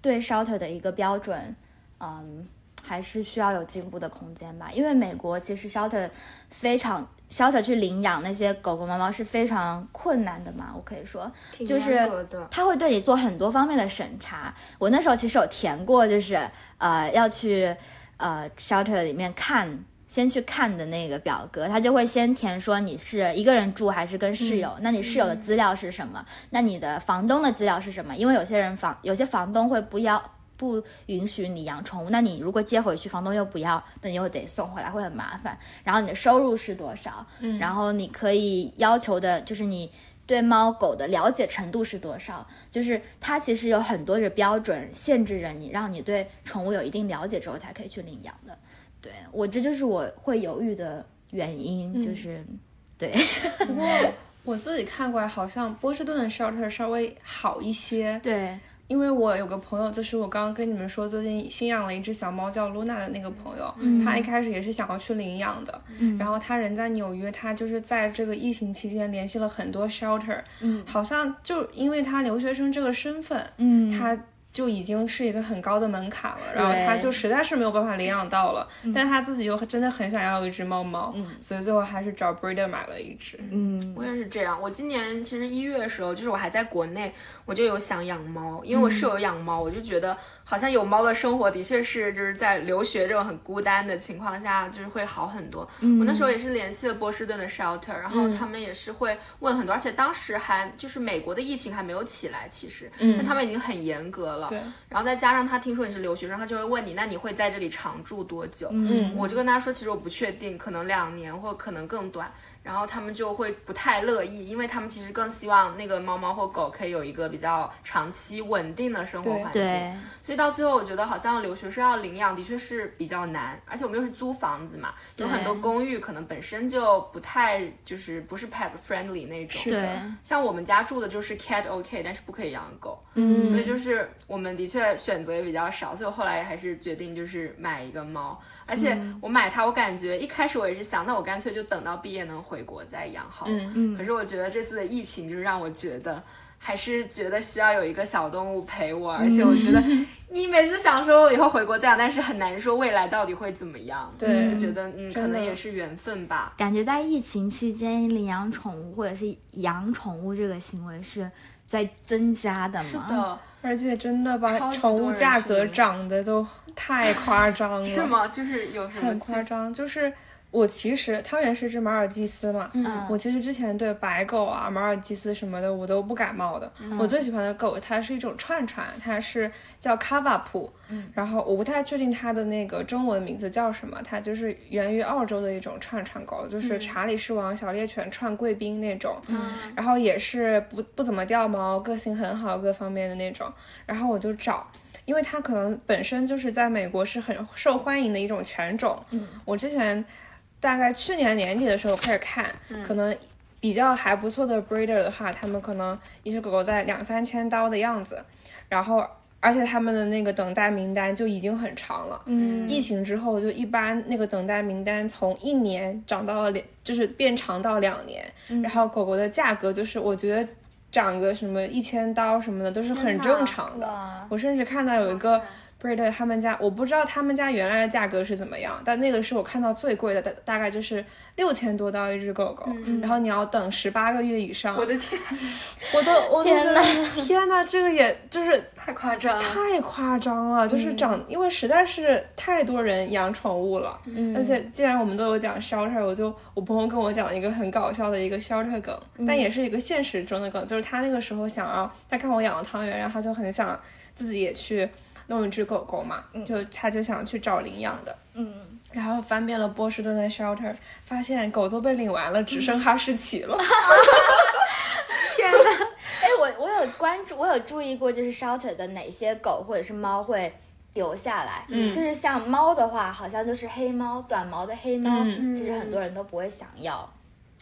S2: 对 shelter 的一个标准，嗯，还是需要有进步的空间吧，因为美国其实 shelter 非常 shelter 去领养那些狗狗、猫猫是非常困难的嘛，我可以说，
S5: 挺
S2: 就是
S5: 严格的
S2: 他会对你做很多方面的审查。我那时候其实有填过，就是呃要去呃 shelter 里面看，先去看的那个表格，他就会先填说你是一个人住还是跟室友，那你室友的资料是什么，那你的房东的资料是什么？因为有些人房有些房东会不要。不允许你养宠物，那你如果接回去，房东又不要，那你又得送回来，会很麻烦。然后你的收入是多少？然后你可以要求的就是你对猫狗的了解程度是多少？就是它其实有很多的标准限制着你，让你对宠物有一定了解之后才可以去领养的。对我这就是我会犹豫的原因，就是对，
S4: 不过我自己看过来，好像波士顿的 shelter 稍微好一些。
S2: 对，
S4: 因为我有个朋友，就是我刚刚跟你们说最近新养了一只小猫叫露娜的那个朋友，
S2: 嗯
S4: 他一开始也是想要去领养的，然后他人在纽约，他就是在这个疫情期间联系了很多 shelter，、好像就因为他留学生这个身份，
S2: 嗯
S4: 他就已经是一个很高的门槛了，然后他就实在是没有办法领养到了，
S2: 嗯
S4: 但他自己又真的很想要一只猫猫，所以最后还是找 breeder 买了一只，
S2: 嗯
S5: 我也是这样。我今年其实一月的时候，就是我还在国内，我就有想养猫，因为我室友养猫，我就觉得好像有猫的生活的确是就是在留学这种很孤单的情况下，就是会好很多。我那时候也是联系了波士顿的 shelter，然后他们也是会问很多，而且当时还就是美国的疫情还没有起来，其实，那他们已经很严格了。
S4: 对
S5: 然后再加上他听说你是留学生，他就会问你，那你会在这里常住多久？
S2: 嗯
S5: 我就跟他说，其实我不确定，可能两年或可能更短。然后他们就会不太乐意，因为他们其实更希望那个猫猫或狗可以有一个比较长期稳定的生活环境。
S2: 对，
S5: 所以到最后，我觉得好像留学生要领养的确是比较难，而且我们又是租房子嘛，有很多公寓可能本身就不太就是不是 pet friendly 那种。
S4: 是的
S2: 对，
S5: 像我们家住的就是 cat OK，但是不可以养狗，
S2: 嗯
S5: 所以就是我们的确选择也比较少，所以我后来还是决定就是买一个猫，而且
S4: 嗯
S5: 我买它，我感觉一开始我也是想，那我干脆就等到毕业能回国再养好了。
S4: 嗯
S2: 嗯
S5: 可是我觉得这次的疫情就是让我觉得。还是觉得需要有一个小动物陪我，而且我觉得
S4: 嗯
S5: 你每次想说我以后回国再养，但是很难说未来到底会怎么样，
S4: 对
S5: 就觉得嗯，
S4: 真
S5: 可能
S4: 的
S5: 也是缘分吧。
S2: 感觉在疫情期间领养宠物或者是养宠物这个行为是在增加的嘛？
S4: 啊
S5: 是的，
S4: 而且真的
S5: 超
S4: 把
S5: 级
S4: 宠
S5: 多
S4: 物
S5: 人
S4: 价
S5: 去
S4: 格
S5: 领
S4: 涨得都太夸张 了，
S5: 是？吗？就是有什么
S4: 很夸张，就是我其实汤圆是只马尔济斯嘛，
S2: 嗯
S4: 我其实之前对白狗啊、马尔济斯什么的我都不感冒的。
S5: 嗯
S4: 我最喜欢的狗它是一种串串，它是叫卡瓦普，
S5: 嗯
S4: 然后我不太确定它的那个中文名字叫什么，它就是源于澳洲的一种串串狗，
S5: 嗯
S4: 就是查理士王小猎犬串贵宾那种。
S2: 嗯
S4: 然后也是不不怎么掉毛，个性很好，各方面的那种。然后我就找，因为它可能本身就是在美国是很受欢迎的一种犬种。嗯，我之前大概去年年底的时候开始看，可能比较还不错的 breeder 的话，他们可能一只狗狗在两三千刀的样子，然后。而且他们的那个等待名单就已经很长了，嗯，疫情之后就一般那个等待名单从一年涨到了两，就是变长到两年，
S2: 嗯
S4: 然后狗狗的价格就是我觉得涨个什么一千刀什么的都是很
S5: 哪
S4: 正常的，
S2: 哇
S4: 我甚至看到有一个 Breeder 他们家，我不知道他们家原来的价格是怎么样，但那个是我看到最贵的，大大概就是六千多刀一只狗狗，
S2: 嗯
S4: 然后你要等十八个月以上，
S5: 嗯我的天，
S4: 我都我都觉
S2: 天
S4: 得
S2: 哪
S4: 天哪，这个也就是
S5: 太夸张了。
S4: 太夸张了，就是长，因为实在是太多人养宠物了，
S2: 嗯
S4: 而且既然我们都有讲 shelter，我就我朋友跟我讲了一个很搞笑的一个 shelter 梗，但也是一个现实中的梗，就是他那个时候想要，他看我养了汤圆，然后他就很想自己也去弄一只狗狗嘛，就他就想去找领养的，
S2: 嗯，
S4: 然后翻遍了波士顿的 shelter，发现狗都被领完了，只剩哈士奇了，
S2: 哎，我我有关注，我有注意过，就是 shelter 的哪些狗或者是猫会留下来。嗯，就是像猫的话，好像就是黑猫，短毛的黑猫，
S4: 嗯
S2: 其实很多人都不会想要。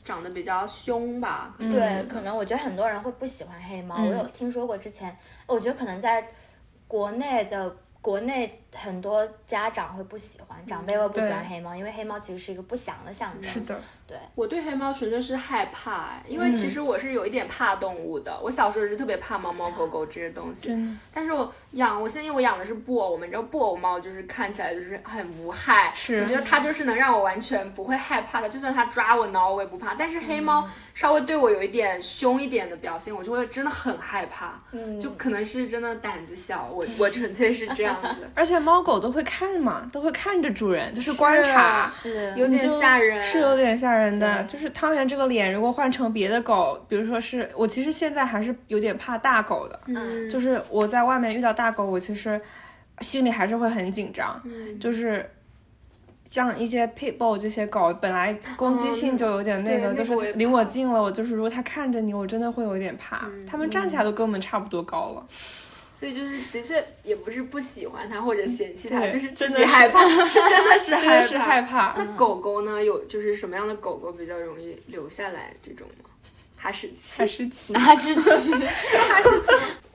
S5: 长得比较凶吧，
S4: 嗯
S5: 可能
S2: 对，可能我觉得很多人会不喜欢黑猫，我有听说过之前，我觉得可能在国内的国内很多家长会不喜欢，长辈会不喜欢
S4: 对
S2: 黑猫，因为黑猫其实是一个不祥的象征。
S4: 是，的，
S5: 我对黑猫纯粹是害怕，哎因为
S4: 嗯
S5: 其实我是有一点怕动物的。我小时候也是特别怕猫猫狗狗这些东西，
S4: 真的
S5: 但是我养，我现在因为我养的是布偶，我们知道布偶猫就是看起来就是很无害，
S4: 是
S5: 我觉得它就是能让我完全不会害怕它，就算它抓我挠我也不怕。但是黑
S4: 嗯
S5: 猫稍微对我有一点凶一点的表现，我就会真的很害怕，
S2: 嗯
S5: 就可能是真的胆子小，
S4: ，
S5: 我我纯粹是这样子
S4: 而且猫狗都会看嘛，都会看着主人，就是观察。
S2: 是
S5: 有
S4: 你
S5: 点
S4: 就
S5: 吓人，
S4: 是有点吓人的。
S2: 对
S4: 就是汤圆这个脸，如果换成别的狗，比如说是我，其实现在还是有点怕大狗的。
S5: 嗯，
S4: 就是我在外面遇到大狗，我其实心里还是会很紧张。
S5: 嗯
S4: 就是像一些 pitbull 这些狗，本来攻击性就有点那个，
S5: 哦嗯对那
S4: 就
S5: 个我也
S4: 是离我近了，我就是如果它看着你，我真的会有一点怕。
S5: 嗯
S4: 它们站起来都跟我们差不多高 了。
S5: 所以就是的确也不是不喜欢它或者嫌弃它，
S4: 对
S5: 就是自
S4: 真的
S5: 己
S4: 是
S5: 害 怕，是真的是
S4: 真的
S5: 害
S4: 是
S5: 怕。
S4: 害怕，
S5: 那狗狗呢？有就是什么样的狗狗比较容易留下来这种吗？哈士
S4: 还
S5: 奇，
S4: 是 奇
S2: 拿 只鸡，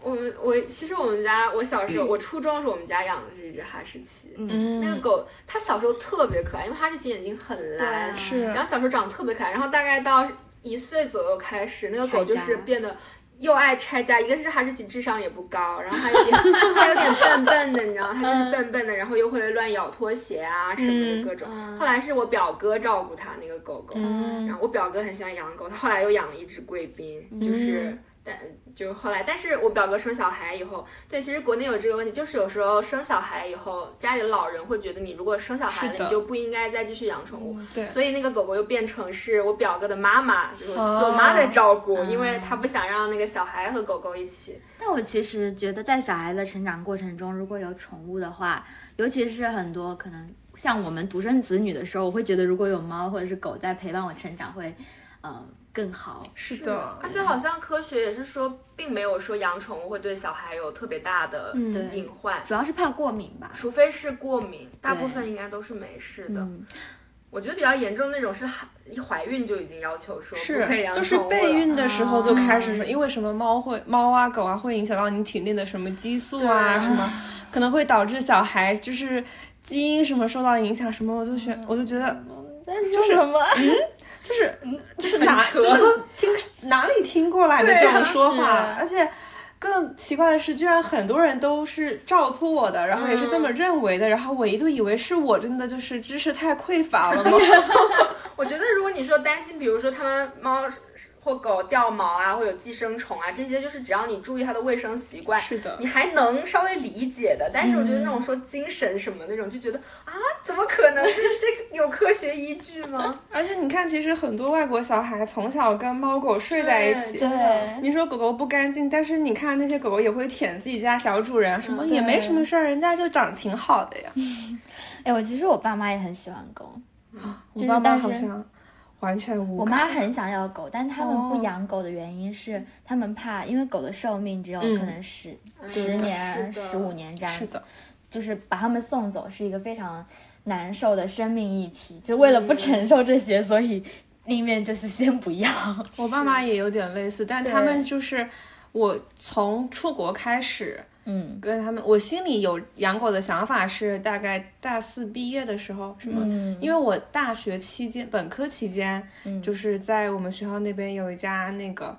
S5: 我们我其实我们家我小时候，我初中的时候我们家养的是一只哈士奇，
S4: 嗯
S5: 那个狗它小时候特别可爱，因为哈士奇眼睛很蓝，
S2: 对啊
S4: 是
S5: 然后小时候长得特别可爱，然后大概到一岁左右开始，那个狗就
S2: 拆
S5: 是
S2: 家
S5: 变得。又爱拆家，一个是哈士奇智商也不高，然 后还有点还有点笨笨的，你知道，它就是笨笨的，然后又会乱咬拖鞋啊什么的
S4: 嗯
S5: 各种。
S2: 嗯
S5: 后来是我表哥照顾他那个狗狗，
S4: 嗯
S5: 然后我表哥很喜欢养狗，他后来又养了一只贵宾，
S4: 嗯
S5: 就是。但就后来，但是我表哥生小孩以后，对，其实国内有这个问题，就是有时候生小孩以后，家里的老人会觉得你如果生小孩了，
S4: 是的嗯
S5: 你就不应该再继续养宠物，
S4: 对
S5: 所以那个狗狗又变成是我表哥的妈妈，就是
S4: 哦嗯
S5: 我妈在照顾，因为他不想让那个小孩和狗狗一起。
S2: 但我其实觉得，在小孩的成长过程中，如果有宠物的话，尤其是很多可能像我们独生子女的时候，我会觉得如果有猫或者是狗在陪伴我成长会，呃，更好。
S4: 是的
S5: 而，且好像科学也是说，并没有说养宠物会对小孩有特别大的
S4: 嗯
S2: 对
S5: 隐患，
S2: 主要是怕过敏吧。
S5: 除非是过敏，大部
S2: 对
S5: 分应该都是没事的。
S2: 嗯，
S5: 我觉得比较严重那种是孩一怀孕就已经要求说不可以
S4: 是
S5: 养
S4: 就是
S5: 宠物
S4: 备
S5: 了
S4: 孕的时候就开始说，
S2: 啊
S4: 因为什么猫会猫啊狗啊会影响到你体内的什么激素啊
S5: 对
S4: 什么，可能会导致小孩就是基因什么受到影响什么，我就
S5: 嗯
S4: 觉我就觉得
S2: 在说什么？
S4: 就是就是哪
S5: 扯
S4: 就是听哪里听过来的这种说
S2: 对啊
S4: 法，而且。更奇怪的是，居然很多人都是照做的，然后也是
S5: 嗯
S4: 这么认为的，然后我一度以为是我真的就是知识太匮 乏了吗？
S5: 我觉得如果你说担心，比如说它们猫或狗掉毛啊，或有寄生虫啊，这些就是只要你注意它的卫生习惯，
S4: 是的嗯
S5: 你还能稍微理解的。但是我觉得那种说精神什么那种，就觉得啊，怎么可能？这这个有科学依据吗？
S4: 而且你看，其实很多外国小孩从小跟猫狗睡在一起，
S2: 对，
S4: 你说狗狗不干净，但是你看那些狗狗也会舔自己家小主人，什么也没什么事儿，人家就长得挺好的呀。
S2: 哎，我其实我爸妈也很喜欢狗，就
S4: 我
S2: 是
S4: 爸妈
S2: 但
S4: 好
S2: 是
S4: 像完全无
S2: 我
S4: 感。
S2: 妈很想要狗，但他们不
S4: 哦
S2: 养狗的原因是他们怕，因为狗的寿命只有可能十、十年、
S5: 嗯是的
S2: 十五年这样
S4: 是
S2: 子。
S4: 的，
S2: 就是把他们送走是一个非常难受的生命议题，就为了
S4: 嗯
S2: 不承受这些，所以宁愿就是先不 要。
S4: 我爸妈也有点类似，但他们就是我从出国开始
S2: 嗯
S4: 跟他们，我心里有养狗的想法是大概大四毕业的时候，什么？
S2: 嗯，
S4: 因为我大学期间，本科期间，
S2: 嗯
S4: 就是在我们学校那边有一家那个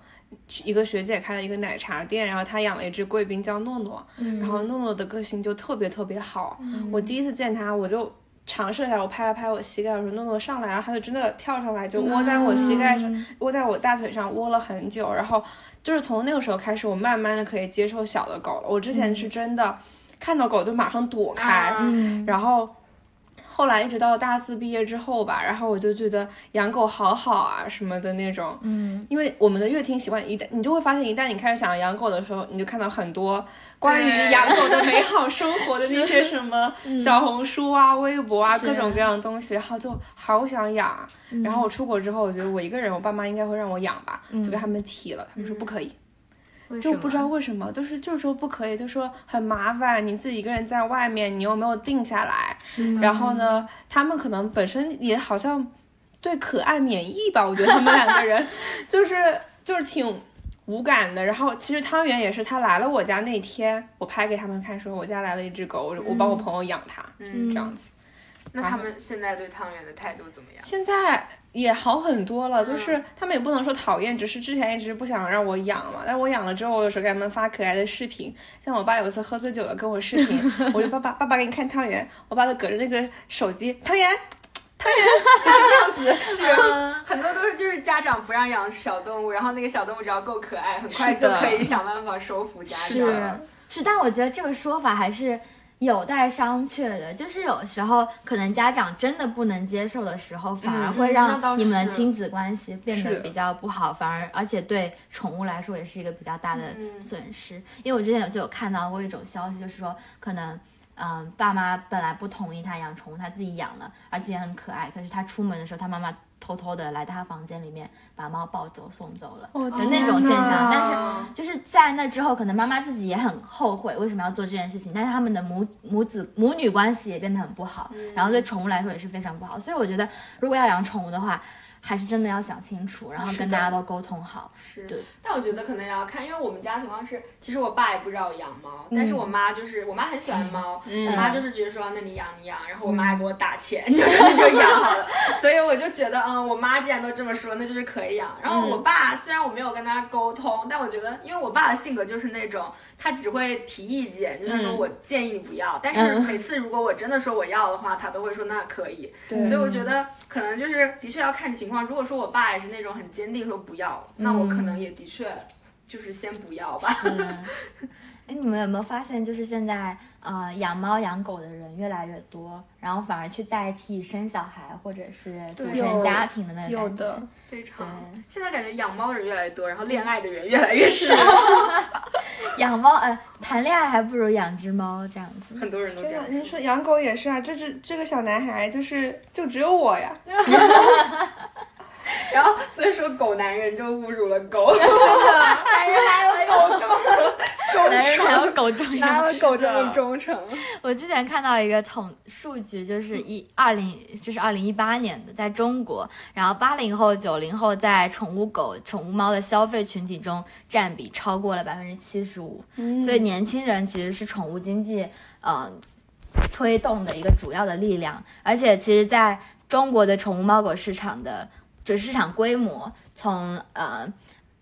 S4: 一个学姐开了一个奶茶店，然后她养了一只贵宾叫诺诺，然后诺诺的个性就特别特别好。
S2: 嗯
S4: 我第一次见它，我就尝试了一下，我拍了拍我膝盖，我说诺诺上来，然后它就真的跳上来，就窝在我膝盖上，窝在我大腿上窝了很久。然后就是从那个时候开始，我慢慢的可以接受小的狗了。我之前是真的看到狗就马上躲开，
S5: 啊
S4: 然后后来一直到大四毕业之后吧，然后我就觉得养狗好好啊什么的那种，嗯，因为我们的乐听习惯，一旦你就会发现，一旦你开始想养狗的时候，你就看到很多关于
S5: 对
S4: 养狗的美好生活的那些什么小红书啊、微博啊，
S2: 是
S4: 各种各样的东西，然后就好想养。然后我出国之后，我觉得我一个人，我爸妈应该会让我养吧，就跟他们提了，他们说不可以。就不知嗯道为什么，就是就是说不可以，就说很麻烦，你自己一个人在外面，你又没有定下来，然后呢，他们可能本身也好像对可爱免疫吧，我觉得他们两个人就是就是挺无感的。然后其实汤圆也是，他来了我家那天，我拍给他们看，说我家来了一只狗，我我帮我朋友养它，
S2: 嗯
S4: 这 样子。
S5: 那他们现在对汤圆的态度怎么样？
S4: 现在也好很多了，就是他们也不能说讨厌，只是之前一直不想让我养嘛。但我养了之后，我有时候给他们发可爱的视频，像我爸有一次喝醉酒了跟我视频，我就爸爸爸爸给你看汤圆，我爸就隔着那个手机汤圆。
S5: 很多都是就是家长不让养小动物，然后那个小动物只要够可爱，很快
S4: 是
S5: 就
S4: 的
S5: 可以想办法收服家
S4: 是
S5: 长。
S4: 的
S2: 是，但我觉得这个说法还是有待商榷的。就是有时候可能家长真的不能接受的时候，反而会
S5: 嗯那倒
S2: 让
S5: 是
S2: 你们的亲子关系变得
S4: 是
S2: 比较不好，反而而且对宠物来说也是一个比较大的
S5: 嗯
S2: 损失。因为我之前有就有看到过一种消息，就是说可能。嗯，爸妈本来不同意他养宠物，他自己养了，而且也很可爱。可是他出门的时候，他妈妈偷偷的来他房间里面把猫抱走送走
S5: 哦
S2: 了，
S4: 我
S2: 有那种现象。但是
S5: 啊
S2: 就是在那之后，可能妈妈自己也很后悔为什么要做这件事情，但是他们的母母子母女关系也变得很不好，
S4: 嗯
S2: 然后对宠物来说也是非常不好。所以我觉得，如果要养宠物的话，还是真的要想清楚，然后跟大家都沟通好。对
S5: 是，但我觉得可能也要看，因为我们家情况是，其实我爸也不知道我养猫，但是我妈就是我妈很喜欢猫，我妈就是直接说那你养你养，然后我妈还给我打钱， 就是你就养好了，所以我就觉得嗯，我妈既然都这么说，那就是可以养。然后我爸虽然我没有跟他沟通，但我觉得因为我爸的性格就是那种他只会提意见，就是说我建议你不要，但是
S2: 嗯
S5: 每次如果我真的说我要的话，他都会说那可以，
S4: 对
S5: 所以我觉得可能就是的确要看情况。如果说我爸也是那种很坚定说不要，那我可能也的确就是先不 要吧。
S2: 嗯，哎，你们有没有发现，就是现在呃养猫养狗的人越来越多，然后反而去代替生小孩或者是组
S5: 对
S2: 成
S4: 有
S2: 家庭的那个
S4: 有
S2: 感觉。
S4: 的，
S5: 非常
S2: 对，
S5: 现在感觉养猫的人越来越多，然后恋爱的人越来越少，
S2: 养猫，呃，谈恋爱还不如养只猫这样子。
S5: 很多人都这
S4: 对呀
S5: 样，。
S4: 你说养狗也是啊，这只这个小男孩就是就只有 我呀，
S5: 然后所以说狗男人就侮辱了 狗，
S4: 男人还有狗这么
S2: 男
S4: 忠
S2: 人还
S4: 诚，
S2: 有狗 重要
S4: 哪。有狗这么忠诚？
S2: 我之前看到一个统数据，就是一二零，就是二零一八年的，在中国，然后八零后、九零后在宠物狗、宠物猫的消费群体中占比超过了百分之七十五，所以年轻人其实是宠物经济，呃，推动的一个主要的力量。而且，其实在中国的宠物猫狗市场的就市场规模从，呃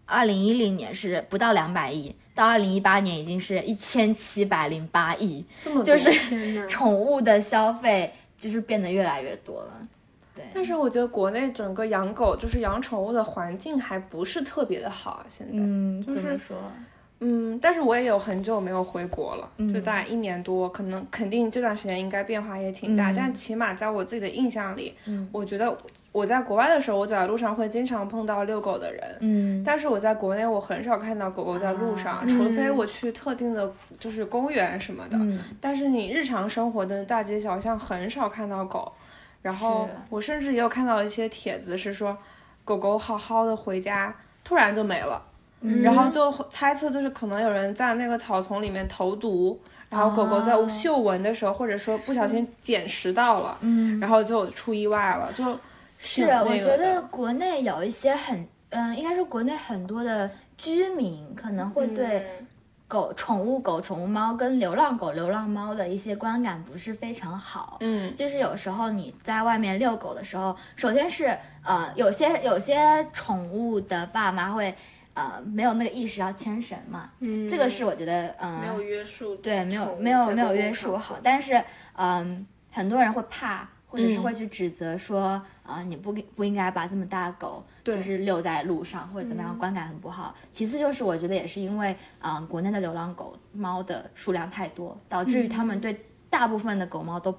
S2: 二零一零年是不到两百亿，到二零一八年已经是一千七百零八亿。
S4: 这么
S2: 就是
S4: 天 呐
S2: 宠物的消费就是变得越来越多了。对，
S4: 但是我觉得国内整个养狗就是养宠物的环境还不是特别的好啊，现在。
S2: 嗯，
S4: 就是
S2: 怎么说？
S4: 嗯，但是我也有很久没有回国了，
S2: 嗯
S4: 就大概一年多，可能肯定这段时间应该变化也挺大，
S2: 嗯
S4: 但起码在我自己的印象里，
S2: 嗯
S4: 我觉得我在国外的时候，我走在路上会经常碰到遛狗的人，
S2: 嗯，
S4: 但是我在国内，我很少看到狗狗在路上，
S2: 啊
S4: 除非我去特定的，就是公园什么的。
S2: 嗯
S4: 但是你日常生活的大街小巷很少看到狗。然后
S2: 是
S4: 我甚至也有看到一些帖子是说，狗狗好好的回家，突然就没了。
S2: 嗯
S4: 然后就猜测就是可能有人在那个草丛里面投毒，然后狗狗在
S2: 哦
S4: 嗅闻的时候，或者说不小心捡食到了，
S2: 嗯，
S4: 然后就出意外了，就。
S2: 是，我觉得国内有一些很，嗯，应该说国内很多的居民可能
S4: 嗯
S2: 会对狗、宠物狗、宠物猫跟流浪狗、流浪猫的一些观感不是非常好。
S4: 嗯，
S2: 就是有时候你在外面遛狗的时候，首先是呃，有些有些宠物的爸妈会呃没有那个意识要牵绳嘛，嗯，这个是我觉得嗯、
S5: 没有约束，
S2: 对，没有没有没有约束好，但是嗯，很多人会怕，或者是
S4: 嗯
S2: 会去指责说，啊、你不不应该把这么大的狗就是遛在路上或者怎么样，
S4: 嗯
S2: 观感很不好。其次就是我觉得也是因为，嗯、国内的流浪狗猫的数量太多，导致于他们对大部分的狗猫都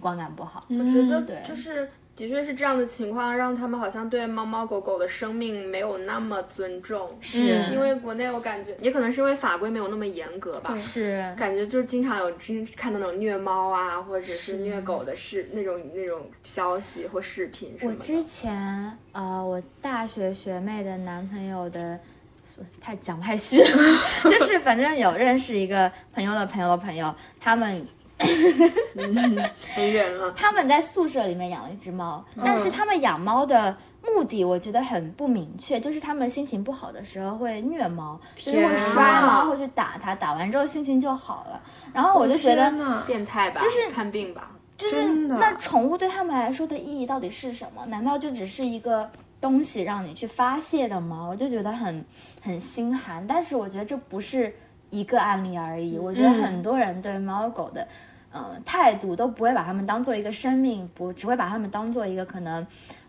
S2: 观感不好。
S5: 我觉
S4: 嗯嗯
S5: 得
S2: 对
S5: 就是的确是这样的情况，让他们好像对猫猫狗狗的生命没有那么尊重。
S2: 是、
S4: 嗯
S5: 因为国内我感觉也可能是因为法规没有那么严格吧，
S2: 是
S5: 感觉就是经常有经看到那种虐猫啊，或者是虐狗的视那种那种消息或视频什
S2: 我
S5: 么
S2: 之
S5: 的。
S2: 前呃，我大学学妹的男朋友的，说太讲不太细了，就是反正有认识一个朋友的朋友的朋友，他们
S3: 很远了。
S2: 他们在宿舍里面养了一只猫，但是他们养猫的目的我觉得很不明确，就是他们心情不好的时候会虐猫，就是会摔猫，会去打它，打完之后心情就好了。然后我就觉得
S4: 哦天，呐
S5: 变态吧，
S2: 就是
S5: 看病吧。
S2: 就是
S3: 真的
S2: 那宠物对他们来说的意义到底是什么？难道就只是一个东西让你去发泄的吗？我就觉得很很心寒。但是我觉得这不是一个案例而已，我觉得很多人对猫狗的。嗯、态度都不会把它们当做一个生命，不只会把它们当做一个可能，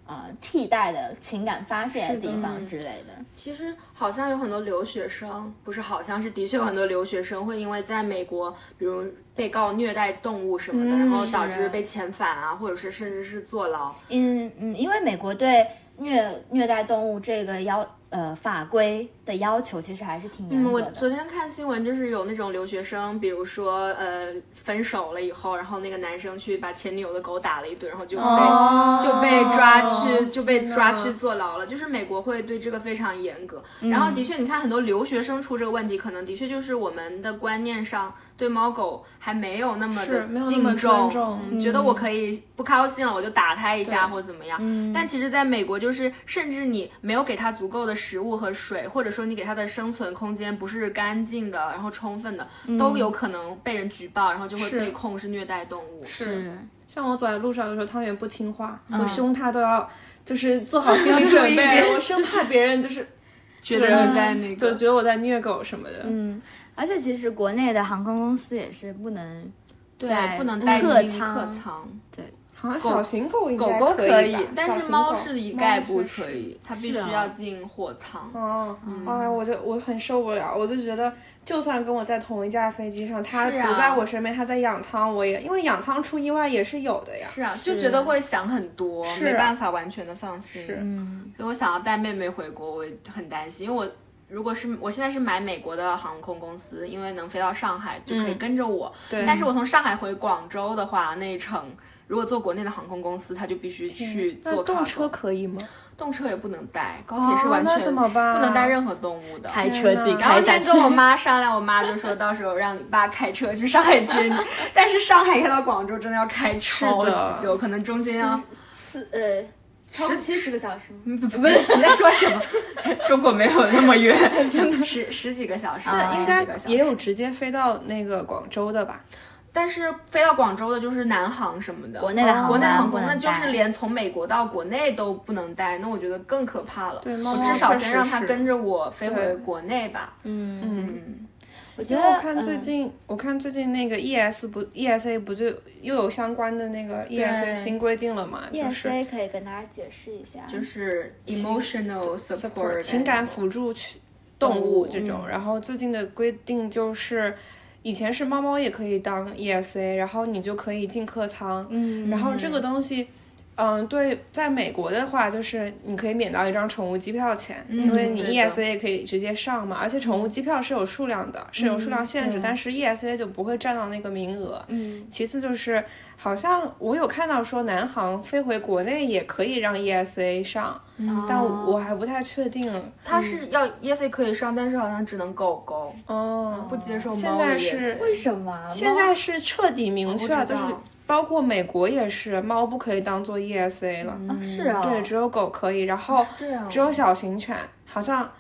S2: 呃，替代的情感发泄的地方之类的。
S5: 其实好像有很多留学生，不是好像是的确有很多留学生会因为在美国，比如被告虐待动物什么
S2: 嗯
S5: 的，然后导致被遣返啊，或者是甚至是坐牢。
S2: 嗯嗯，因为美国对虐虐待动物这个要呃法规的要求其实还是挺严
S5: 嗯我
S2: 格的。
S5: 昨天看新闻，就是有那种留学生，比如说呃分手了以后，然后那个男生去把前女友的狗打了一顿，然后就被、
S2: 哦
S5: 就被抓去就被抓去坐牢了。就是美国会对这个非常严格。
S4: 嗯
S5: 然后的确，你看很多留学生出这个问题，可能的确就是我们的观念上对猫狗还没有那么
S4: 是
S5: 的
S4: 没有那
S5: 敬
S4: 么
S5: 重，
S4: 尊重
S5: 嗯觉得我可以不高兴了我就打它一下或怎么样。
S4: 嗯
S5: 但其实在美国，就是甚至你没有给它足够的食物和水，或者说你给它的生存空间不是干净的，然后充分的，都有可能被人举报，然后就会
S4: 嗯是
S5: 被控是虐待动物。是
S2: 是
S4: 像我走在路上的时候，汤圆不听话，
S5: 嗯
S4: 我凶他都要就是做好心理
S5: 注
S4: 准
S5: 意
S4: 备，我生怕别人 就是
S5: 觉
S4: 得
S5: 人
S4: 人
S5: 在
S4: 在
S5: 那
S4: 就觉得我在虐狗什么的。
S2: 嗯，而且其实国内的航空公司也是不能在
S5: 对，
S4: 哎
S5: 不
S4: 嗯
S5: 能带
S2: 客
S5: 进
S2: 舱
S5: 客舱。
S4: 好像啊小型狗应
S5: 狗
S4: 该
S5: 狗
S4: 可
S5: 以
S4: 吧，
S5: 但
S4: 小
S5: 是
S4: 型
S5: 猫
S4: 狗
S5: 是一概
S4: 猫
S5: 不
S4: 确实
S5: 可以，它必须
S2: 是啊
S5: 要进货舱。
S4: 哦，
S5: 嗯
S4: 哎，我就我很受不了，我就觉得，就算跟我在同一架飞机上，他
S5: 是啊
S4: 不在我身边，他在养舱，我也因为养舱出意外也是有的呀。
S5: 是啊，就觉得会想很多，
S4: 是啊
S5: 没办法完全的放心。
S4: 是
S2: 嗯
S5: 所以我想要带妹妹回国，我很担心，因为我如果是我现在是买美国的航空公司，因为能飞到上海就可以跟着我。
S4: 嗯对
S5: 但是我从上海回广州的话，那一程如果坐国内的航空公司，他就必须去
S4: 那
S5: 坐
S4: 动
S5: cargo
S4: 车，可以吗？
S5: 动车也不能带，高铁是完
S4: 那
S5: 全
S4: 怎么办
S5: 不能带任何动物的。
S2: 开车自己
S5: 然后
S2: 开下
S5: 先
S2: 去。
S5: 跟 我妈商量，我妈就说到时候让你爸开车去上海接你，但是上海开到广州真的要开超
S4: 是的
S5: 级久，可能中间要
S2: 四呃
S5: 十
S2: 七十个小时吗？
S5: 不是你在说什么？ 中国没有那么 远，真的十十几个小时，
S2: 啊
S5: 十几
S4: 应该
S5: 个小时
S4: 也有。直接飞到那个广州的吧？
S5: 但是飞到广州的就是南航什么的，啊
S2: 国内的航班
S5: 国内航
S2: 不
S5: 空
S2: 能
S5: 那就是
S2: 带
S5: 连从美国到国内都不能带，那我觉得更可怕了。
S4: 对猫
S5: 我
S4: 猫
S5: 至少
S4: 确
S5: 先
S4: 实
S5: 让它
S4: 是
S5: 跟着我飞回
S4: 对
S5: 国内吧。
S2: 嗯，
S4: 嗯，
S5: 嗯，
S2: 我觉
S4: 因
S2: 得
S4: 为我看最
S2: 嗯
S4: 近，我看最近那个 ES 不 ESA 不就又有相关的那个 ESA 新规定了嘛？就是
S2: ESA 可以跟大家解释一下，
S5: 就是 emotional
S4: support
S5: support
S4: 情感
S5: animal
S4: 辅助去动
S5: 动物
S4: 物这
S2: 嗯
S4: 种。然后最近的规定就是，以前是猫猫也可以当 ESA，然后你就可以进客舱。
S2: 嗯，
S4: 然后这个东西。嗯，对，在美国的话，就是你可以免到一张宠物机票钱，
S2: 嗯
S4: 因为你
S5: 对的
S4: ESA 也可以直接上嘛，而且宠物机票是有数量的，是有数量限制，
S2: 嗯对
S4: 但是 ESA 就不会占到那个名额。
S2: 嗯
S4: 其次就是，好像我有看到说南航飞回国内也可以让 ESA 上，但我还不太确定。
S5: 嗯哦
S2: 嗯
S5: 它是要 ESA 可以上，但是好像只能狗狗，
S4: 哦，
S5: 不接受
S4: 现
S5: 猫的 E
S4: 在
S5: ESA。
S4: 是
S2: 为什么
S4: 现在是彻底明确
S5: 我
S4: 了，
S5: 知
S4: 就
S5: 道
S4: 是包括美国也是，猫不可以当做 ESA 了。
S2: 猫啊是啊，
S4: 对，只有狗可以，然后
S5: 嗯这样
S4: 嗯
S5: 啊
S4: 只有小型犬，好像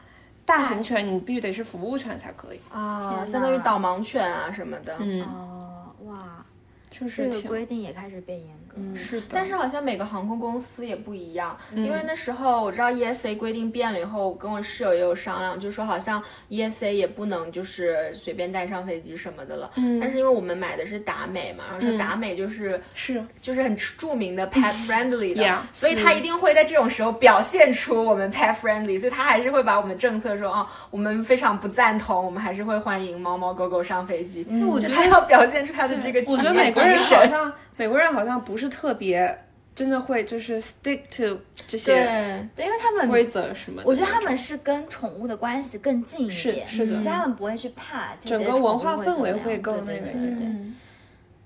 S4: 大型犬你必须得是服务犬才可以。
S5: 啊，
S2: 天
S5: 相当于
S2: 呐
S5: 导盲犬啊什么的。
S4: 嗯，
S2: 哦哇，
S4: 确
S2: 这
S4: 实
S2: 个
S4: 挺
S2: 规定也开始变严格，嗯
S4: 是的。
S5: 但是好像每个航空公司也不一样，因
S4: 嗯
S5: 为那时候我知道 ESA 规定变了以后，我跟我室友也有商量，就说好像 ESA 也不能就是随便带上飞机什么的了。
S4: 嗯
S5: 但是因为我们买的是达美嘛，然后说达美就是、
S4: 是
S5: 就是很著名的 pet friendly 的
S4: Yeah，
S5: 所以他一定会在这种时候表现出我们 pet friendly，所以他还是会把我们的政策说哦，我们非常不赞同，我们还是会欢迎猫猫狗狗上飞机。
S4: 嗯我
S5: 就
S4: 觉
S5: 他
S4: 得
S5: 要表现出他的这个
S4: 我
S5: 企
S4: 觉得
S5: 业
S4: 美国人
S5: 精神
S4: 好像美国人好像不是特别真的会就是 stick to 这些
S5: 对。
S2: 对，因为他们
S4: 规则什么的。
S2: 我觉得他们是跟宠物的关系更近一
S4: 是
S2: 点，
S4: 是的
S2: 所以他们不会去怕这
S4: 整
S2: 些
S4: 个
S2: 宠
S4: 文
S2: 物
S4: 化
S2: 会
S4: 氛
S2: 怎么
S4: 围
S2: 样
S4: 会更
S2: 对
S4: 那
S2: 对
S4: 个嗯
S2: 对
S4: 一
S2: 对
S4: 点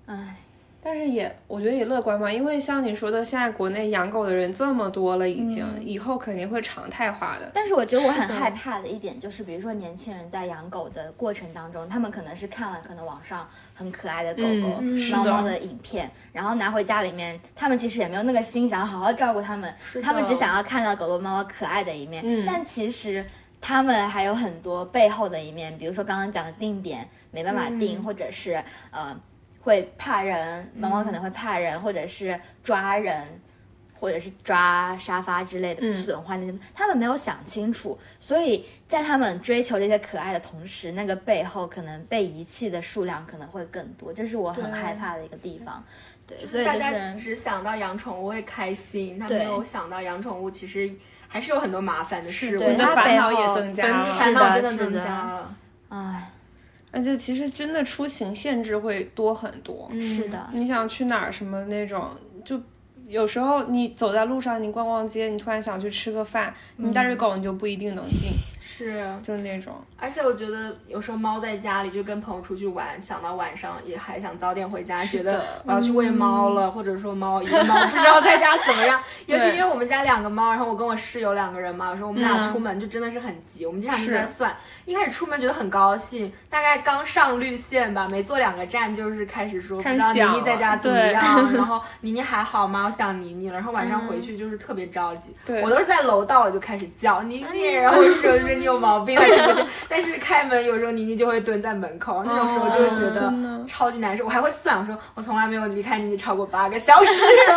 S2: 对，哎，
S4: 但是也我觉得也乐观吧，因为像你说的，现在国内养狗的人这么多了，已
S5: 嗯
S4: 经、以后肯定会常态化的。
S2: 但是我觉得我很害怕的一点就是，比如说年轻人在养狗的过程当中，他们可能是看了可能网上很可爱的狗狗、猫
S4: 的
S2: 猫的影片，然后拿回家里面，他们其实也没有那个心想要好好照顾它们，他们只想要看到狗狗、猫猫可爱的一面，但其实。他们还有很多背后的一面，比如说刚刚讲的定点没办法定，或者是呃会怕人，猫猫可能会怕人，或者是抓人，或者是抓沙发之类
S5: 嗯
S2: 的损坏那些，他们没有想清楚，所以在他们追求这些可爱的同时，那个背后可能被遗弃的数量可能会更多，这是我很害怕的一个地方。对，所以
S5: 大
S2: 就
S5: 家
S2: 是
S5: 只想到养宠物会开心，他
S2: 对
S5: 没有想到养宠物其实还是有很多麻烦的事物，
S2: 对
S4: 那
S2: 它
S4: 烦
S2: 背
S4: 恼
S2: 后
S4: 也增
S5: 烦
S4: 加了，
S5: 烦恼
S2: 是的哎
S5: 真的增
S2: 是的
S5: 加了。
S2: 唉，
S4: 而且其实真的出行限制会多很多。
S5: 嗯
S2: 是的，
S4: 你想去哪儿什么那种，就有时候你走在路上，你逛逛街，你突然想去吃个饭，
S5: 嗯
S4: 你带着狗你就不一定能进，
S5: 是，
S4: 就是 那种。
S5: 而且我觉得有时候猫在家里就跟朋友出去玩，想到晚上也还想早点回家，觉得我要去喂猫
S4: 嗯
S5: 了，或者说猫一个猫不知道在家怎么 样。尤其因为我们家两个猫，然后我跟我室友两个人嘛，有时候我们俩出门就真的是很急，我们经常就在
S4: 嗯是
S5: 算。一开始出门觉得很高兴，大概刚上绿线吧，没坐两个站就是开始说不
S4: 开始
S5: 知道妮
S4: 想
S5: 妮在家
S4: 了
S5: 怎么
S4: 对
S5: 样，然后妮妮还好吗？我想妮妮了，然后晚上回去就是特别着急，
S4: 嗯对哎
S5: 我都是在楼道我就开始叫妮妮，然后我室友就说 你有毛病还啊是不是？但是开门有时候妮妮就会蹲在门口，那种时候就会觉
S4: 哦真的
S5: 得超级难受。我还会算，我说我从来没有离开妮妮超过八个小时，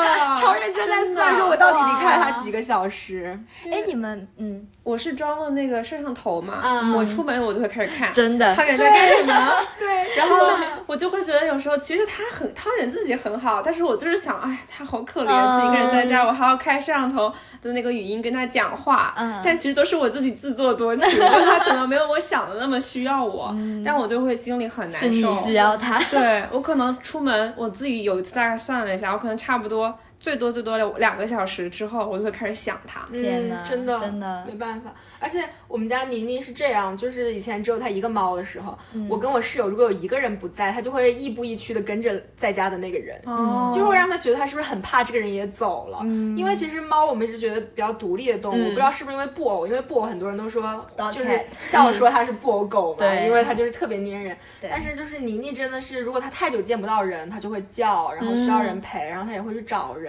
S5: 超认真在算，说我到底离开了她几个小时。
S2: 哎，你们嗯，
S4: 我是装了那个摄像头嘛，
S5: 嗯
S4: 我出门我就会开始看，
S2: 真的
S4: 他远在干什么？
S5: 对，
S4: 然后呢，我就会觉得有时候其实他很，他远自己很好，但是我就是想，哎，他好可怜，
S2: 嗯
S4: 自己一个人在家，我还要开摄像头的那个语音跟他讲话，
S2: 嗯
S4: 但其实都是我自己自作多情，就他可能没有我想的那么需要我，但我就会心里很难
S2: 嗯
S4: 受。
S2: 是你需要它，
S4: 对我可能出门，我自己有一次大概算了一下，我可能差不多最多最多两两个小时之后，我就会开始想他。
S2: 天
S5: 嗯
S2: 哪，
S5: 真的
S2: 真的
S5: 没办法。而且我们家宁宁是这样，就是以前只有她一个猫的时候，
S2: 嗯
S5: 我跟我室友如果有一个人不在，她就会亦步亦趋的跟着在家的那个人。
S4: 哦
S5: 就会
S2: 嗯
S5: 让他觉得他是不是很怕这个人也走了，因为其实猫我们一直觉得比较独立的动物，
S2: 嗯
S5: 不知道是不是因为布偶，因为布偶很多人都说
S2: Dog
S5: 就是
S2: cat
S5: 笑说它是布偶狗嘛，
S2: 嗯对
S5: 因为它就是特别粘人。
S2: 对
S5: 但是就是妮妮真的是，如果它太久见不到人，它就会叫，然后需要
S2: 嗯
S5: 人陪，然后它也会去找人。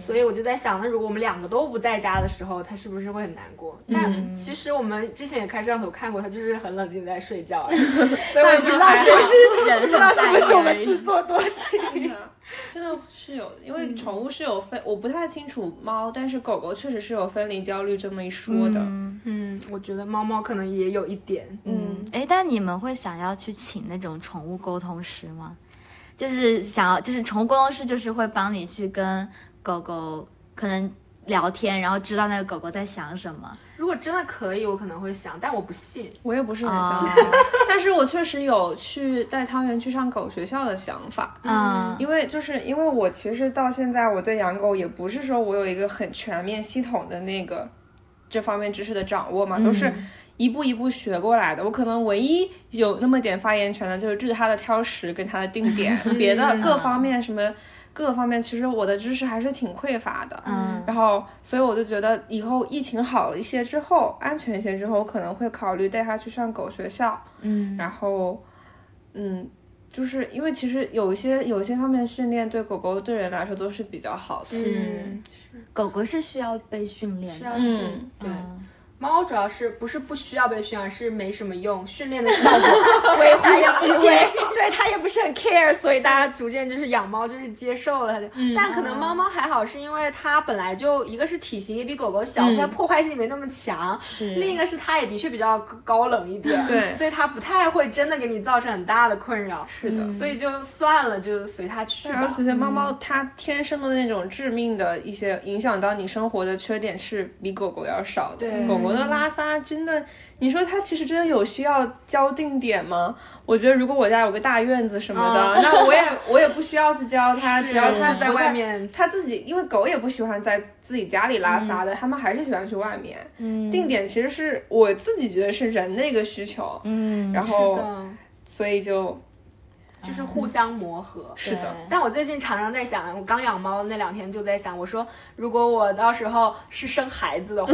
S5: 所以我就在想，那如果我们两个都不在家的时候，它是不是会很难过？
S2: 嗯
S5: 但其实我们之前也开摄像头看过，它就是很冷静地在 睡觉，所以我也不知道是不是
S2: 人
S5: 不知道是不是我们自作多情。嗯
S4: 真的真的是有，因为宠物是有分，我不太清楚猫，但是狗狗确实是有分离焦虑这么一说的。
S5: 嗯，我觉得猫猫可能也有一点，
S2: 嗯，哎，但你们会想要去请那种宠物沟通师吗？就是想要，就是宠物沟通师，就是会帮你去跟狗狗可能聊天，然后知道那个狗狗在想什么。
S5: 如果真的可以，我可能会想，但我不信。
S4: 我也不是很
S2: 啊
S5: 哦
S4: 相信，但是我确实有去带汤圆去上狗学校的想法。
S2: 嗯，
S4: 因为就是因为我其实到现在我对养狗也不是说我有一个很全面系统的那个这方面知识的掌握嘛，都是一步一步学过来的。我可能唯一有那么点发言权的就是对它的挑食跟它的定点，别的各方面什么各方面，其实我的知识还是挺匮乏的。
S2: 嗯
S4: 然后所以我就觉得以后疫情好了一些之后，安全一些之后，我可能会考虑带它去上狗学校。
S2: 嗯，
S4: 然后，嗯，就是因为其实有一些有一些方面训练对狗狗对人来说都是比较好的。
S5: 嗯，
S2: 狗狗是需要被训练
S5: 是
S2: 的
S5: 要。训
S4: 嗯
S5: 对。
S2: 嗯
S5: 猫主要是不是不需要被训练，是没什么用，训练的效 果微乎其微。 对它也不是很 care，所以大家逐渐就是养猫就是接受了它就。但可能猫猫还好，是因为它本来就一个是体型也比狗狗小，所以它破坏性没那么强。
S2: 是
S5: 另一个是它也的确比较高冷一点，
S4: 对
S5: 所以它不太会真的给你造成很大的困扰。
S4: 是的，
S5: 所以就算了，就随它去
S4: 然
S5: 吧
S4: 后。其实猫猫它天生的那种致命的一些影响到你生活的缺点是比狗狗要少的。
S5: 对
S4: 狗狗的拉撒真的，你说它其实真的有需要教定点吗？我觉得如果我家有个大院子什么的，
S5: 啊
S4: 那我也我也不需要去教它，只要它
S5: 就在
S4: 不
S5: 外面
S4: 它自己，因为狗也不喜欢在自己家里拉撒的，它们还是喜欢去外面。嗯，定点其实是我自己觉得是人的一个需求，
S2: 嗯，
S4: 然后所以就。
S5: 就是互相磨合。
S4: 是的
S2: 对
S5: 但我最近常常在想，我刚养猫的那两天就在想，我说如果我到时候是生孩子 的话，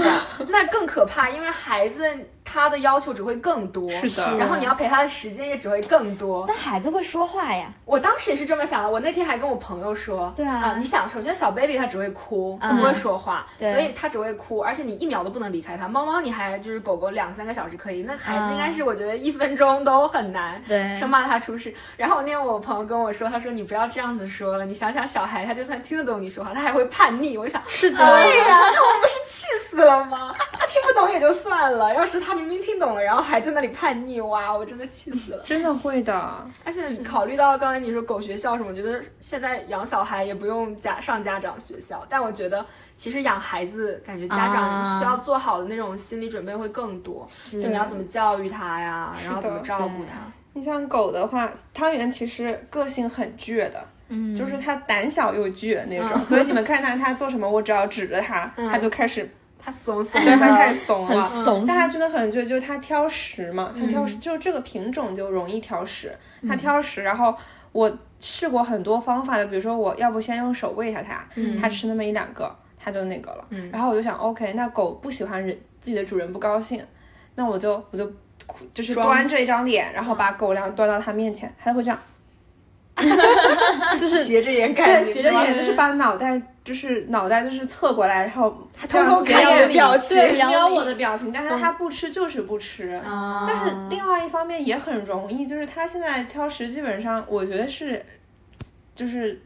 S5: 那更可怕，因为孩子他的要求只会更多，
S4: 是的
S5: 然后你要陪他的时间也只会更多。
S2: 但孩子会说话呀，
S5: 我当时也是这么想的，我那天还跟我朋友说，
S2: 对啊嗯
S5: 你想，首先小 baby 他只会哭，他不会说话，
S2: 对
S5: 所以他只会哭，而且你一秒都不能离开他。猫猫你还就是狗狗两三个小时可以，那孩
S2: 嗯
S5: 子应该是我觉得一分钟都很难，
S2: 对
S5: 生怕他出事。然后那天我朋友跟我说，他说你不要这样子说了，你想想小孩，他就算听得懂你说话，他还会叛逆。我就想，是的，对呀、那我不是气死了吗？他听不懂也就算了，要是他明明听懂了，然后还在那里叛逆，哇，我真的气死了。
S4: 真的会的，
S5: 而且考虑到刚才你说狗学校什么，我觉得现在养小孩也不用家上家长学校，但我觉得其实养孩子，感觉家
S2: 啊
S5: 长需要做好的那种心理准备会更多。
S2: 是
S5: 就你要怎么教育它呀，然后怎么照顾它。
S4: 你像狗的话，汤圆其实个性很倔的，
S2: 嗯，
S4: 就是它胆小又倔那种，所以你们看到它做什么，我只要指着它，它就开始
S5: 它怂怂
S4: 对，它开
S5: 的
S4: 始，
S2: 嗯
S4: 怂
S2: 很
S4: 了。
S2: 怂
S4: 但它真的很倔，就是它挑食嘛，它挑食，就这个品种就容易挑食，它挑食。然后我试过很多方法的，比如说我要不先用手喂它它，它吃那么一两个，它就那个了。然后我就想，OK，那狗不喜欢人自己的主人不高兴，那我就我就哭就是
S5: 装
S4: 端着一张脸，然后把狗粮端到它面前，它会这样。
S5: 就是哎斜着眼看
S4: 对，
S5: 你，
S4: 斜着眼
S5: 是吧
S4: 就是把脑袋，就是脑袋就是侧过来，然后他
S5: 偷偷看你的表情
S2: 瞄
S4: 瞄
S2: 你
S4: 我的表情，但是他不吃就是不吃。
S5: 啊
S4: 但是另外一方面也很容易，就是他现在挑食，基本上我觉得是，就是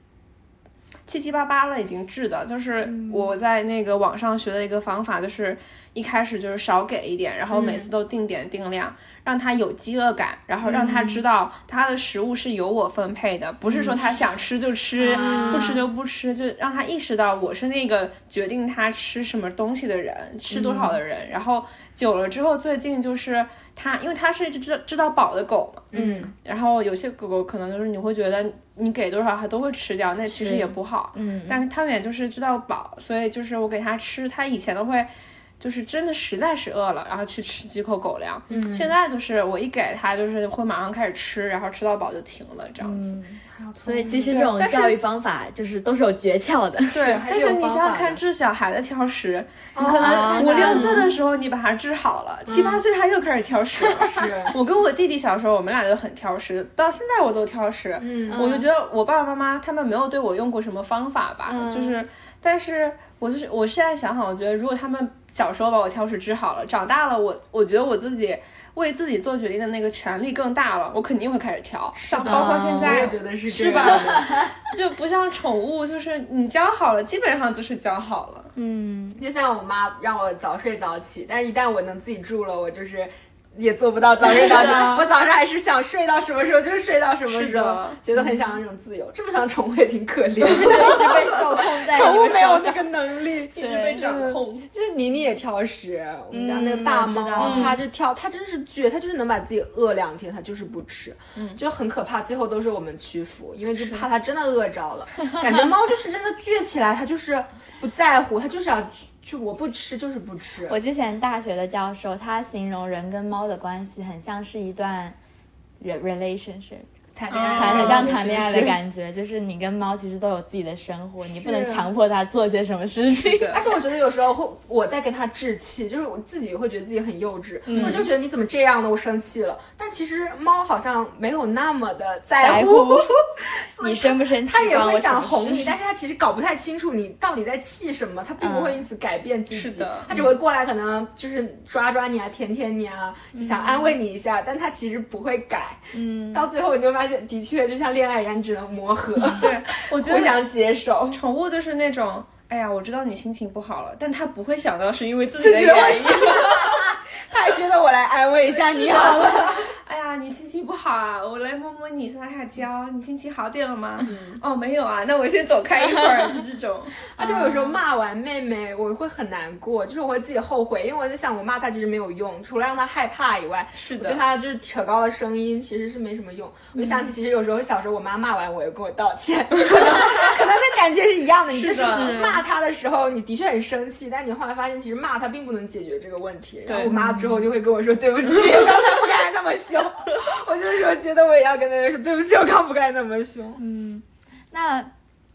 S4: 七七八八了，已经治的。就是我在那个网上学的一个方法，就是一开始就是少给一点，然后每次都定点定量，让他有饥饿感，然后让他知道他的食物是由我分配的，不是说他想吃就吃，不吃就不吃，就让他意识到我是那个决定他吃什么东西的人，吃多少的人。然后久了之后，最近就是他，因为他是一只知知道饱的狗嘛，
S5: 嗯，
S4: 然后有些狗狗可能就是你会觉得你给多少它都会吃掉，那其实
S2: 是
S4: 也不好。
S2: 嗯，
S4: 但是他们也就是知道饱，所以就是我给它吃，它以前都会。就是真的实在是饿了，然后去吃几口狗粮。嗯，现在就是我一给它，就是会马上开始吃，然后吃到饱就停了，这样子。
S2: 所以其实这种
S4: 但是
S2: 教育方法就是都是有诀窍的。
S4: 对，
S5: 还是
S4: 但
S5: 有
S4: 是你
S5: 方
S4: 想想
S5: 法
S4: 看，
S5: 的
S4: 治小孩的挑食，你
S5: 哦
S4: 可能五
S2: 那
S4: 六岁的时候你把他治好了，七
S5: 嗯
S4: 八岁他又开始挑食了。
S5: 是
S4: 我跟我弟弟小时候，我们俩就很挑食，到现在我都挑食。
S5: 嗯
S4: 我就觉得我爸爸妈妈他们没有对我用过什么方法吧，
S5: 嗯
S4: 就是，但是我就是我现在想想，我觉得如果他们小时候把我挑食治好了，长大了我我觉得我自己为自己做决定的那个权利更大了，我肯定会开始挑。像包括现
S5: 我
S4: 在，
S5: 也觉得是
S4: 是
S5: 这
S4: 吧
S5: 样的？
S4: 就不像宠物，就是你教好了，基本上就是教好了。
S2: 嗯，
S5: 就像我妈让我早睡早起，但是一旦我能自己住了，我就是也做不到早睡早起
S4: 是的。
S5: 我早上还是想睡到什么时候就睡到什么
S4: 是
S5: 时候
S4: 的，
S5: 觉得很想要那种自由。这么想宠物也挺可怜
S2: 就
S5: 的，
S2: 一直 被受控在
S5: 宠
S2: 你
S5: 物
S2: 们
S5: 没有
S2: 手
S5: 那
S2: 上。
S5: 个能力。
S4: 一直被掌控，
S5: 就是妮妮也挑食，我们家
S2: 嗯
S5: 那个大
S2: 我知道
S5: 猫，它就挑，它真是倔，它就是能把自己饿两天，它就是不吃，就很可怕。最后都是我们屈服，因为就怕它真的饿着了。感觉猫就是真的倔起来，它就是不在乎，它就是要就我不吃就是不吃。
S2: 我之前大学的教授，他形容人跟猫的关系很像是一段 re- relationship，
S5: 谈
S4: 恋爱
S2: 谈
S4: 哦
S2: 很像谈
S5: 是
S2: 恋爱
S5: 是
S2: 的感觉，就是你跟猫其实都有自己的生活，你不能
S5: 是啊
S2: 强迫它做些什么事情。
S5: 而且我觉得有时候会，我在跟他置气，就是我自己会觉得自己很幼稚，我就觉得你怎么这样呢？我生气了。但其实猫好像没有那么的在乎，
S2: 你生不生气？
S5: 它也
S2: 关我
S5: 会
S2: 什么
S5: 想哄你，
S2: 事
S5: 但是它其实搞不太清楚你到底在气什么，它并不会
S2: 嗯
S5: 因此改变自
S4: 是
S5: 己
S4: 的，
S5: 它只会过来可能就是抓抓你啊，舔舔你啊，想安慰你一
S2: 嗯
S5: 下，但它其实不会改。嗯，到最后你就发现，的确就像恋爱一样，你只能磨合，对，
S4: 我觉
S5: 互
S4: 得
S5: 相接受。
S4: 宠物就是那种，哎呀，我知道你心情不好了，但它不会想到是因为自己
S5: 自
S4: 的
S5: 己的
S4: 原
S5: 原
S4: 因。
S5: 因。他还觉得我来安慰一下你好了，
S4: 哎呀，你心情不好啊，我来摸摸你，撒撒娇，你心情好点了吗？
S5: 嗯
S4: 哦，没有啊，那我先走开一 会儿，就这种。
S5: 而且我啊有时候
S4: 啊
S5: 骂完妹妹，我会很难过，就是我会自己后悔，因为我在想，我骂她其实没有用，除了让她害怕以外，
S4: 是
S5: 我
S4: 的嗯
S5: 对她就是扯高了声音，其实是没什么用。我就想起，其实有时候小时候我妈骂完我也跟我道歉， 可能可能那感觉是一样的。你就是
S4: 的
S5: 是骂她的时候，你的确很生气，但你后来发现，其实骂她并不能解决这个问题。然后
S4: 对
S5: 我妈之后就会跟我说对不起，我刚才不该那么凶。
S3: 我就是说，觉得我也要跟大家说，对不起，我刚不该那么凶。
S2: 嗯，那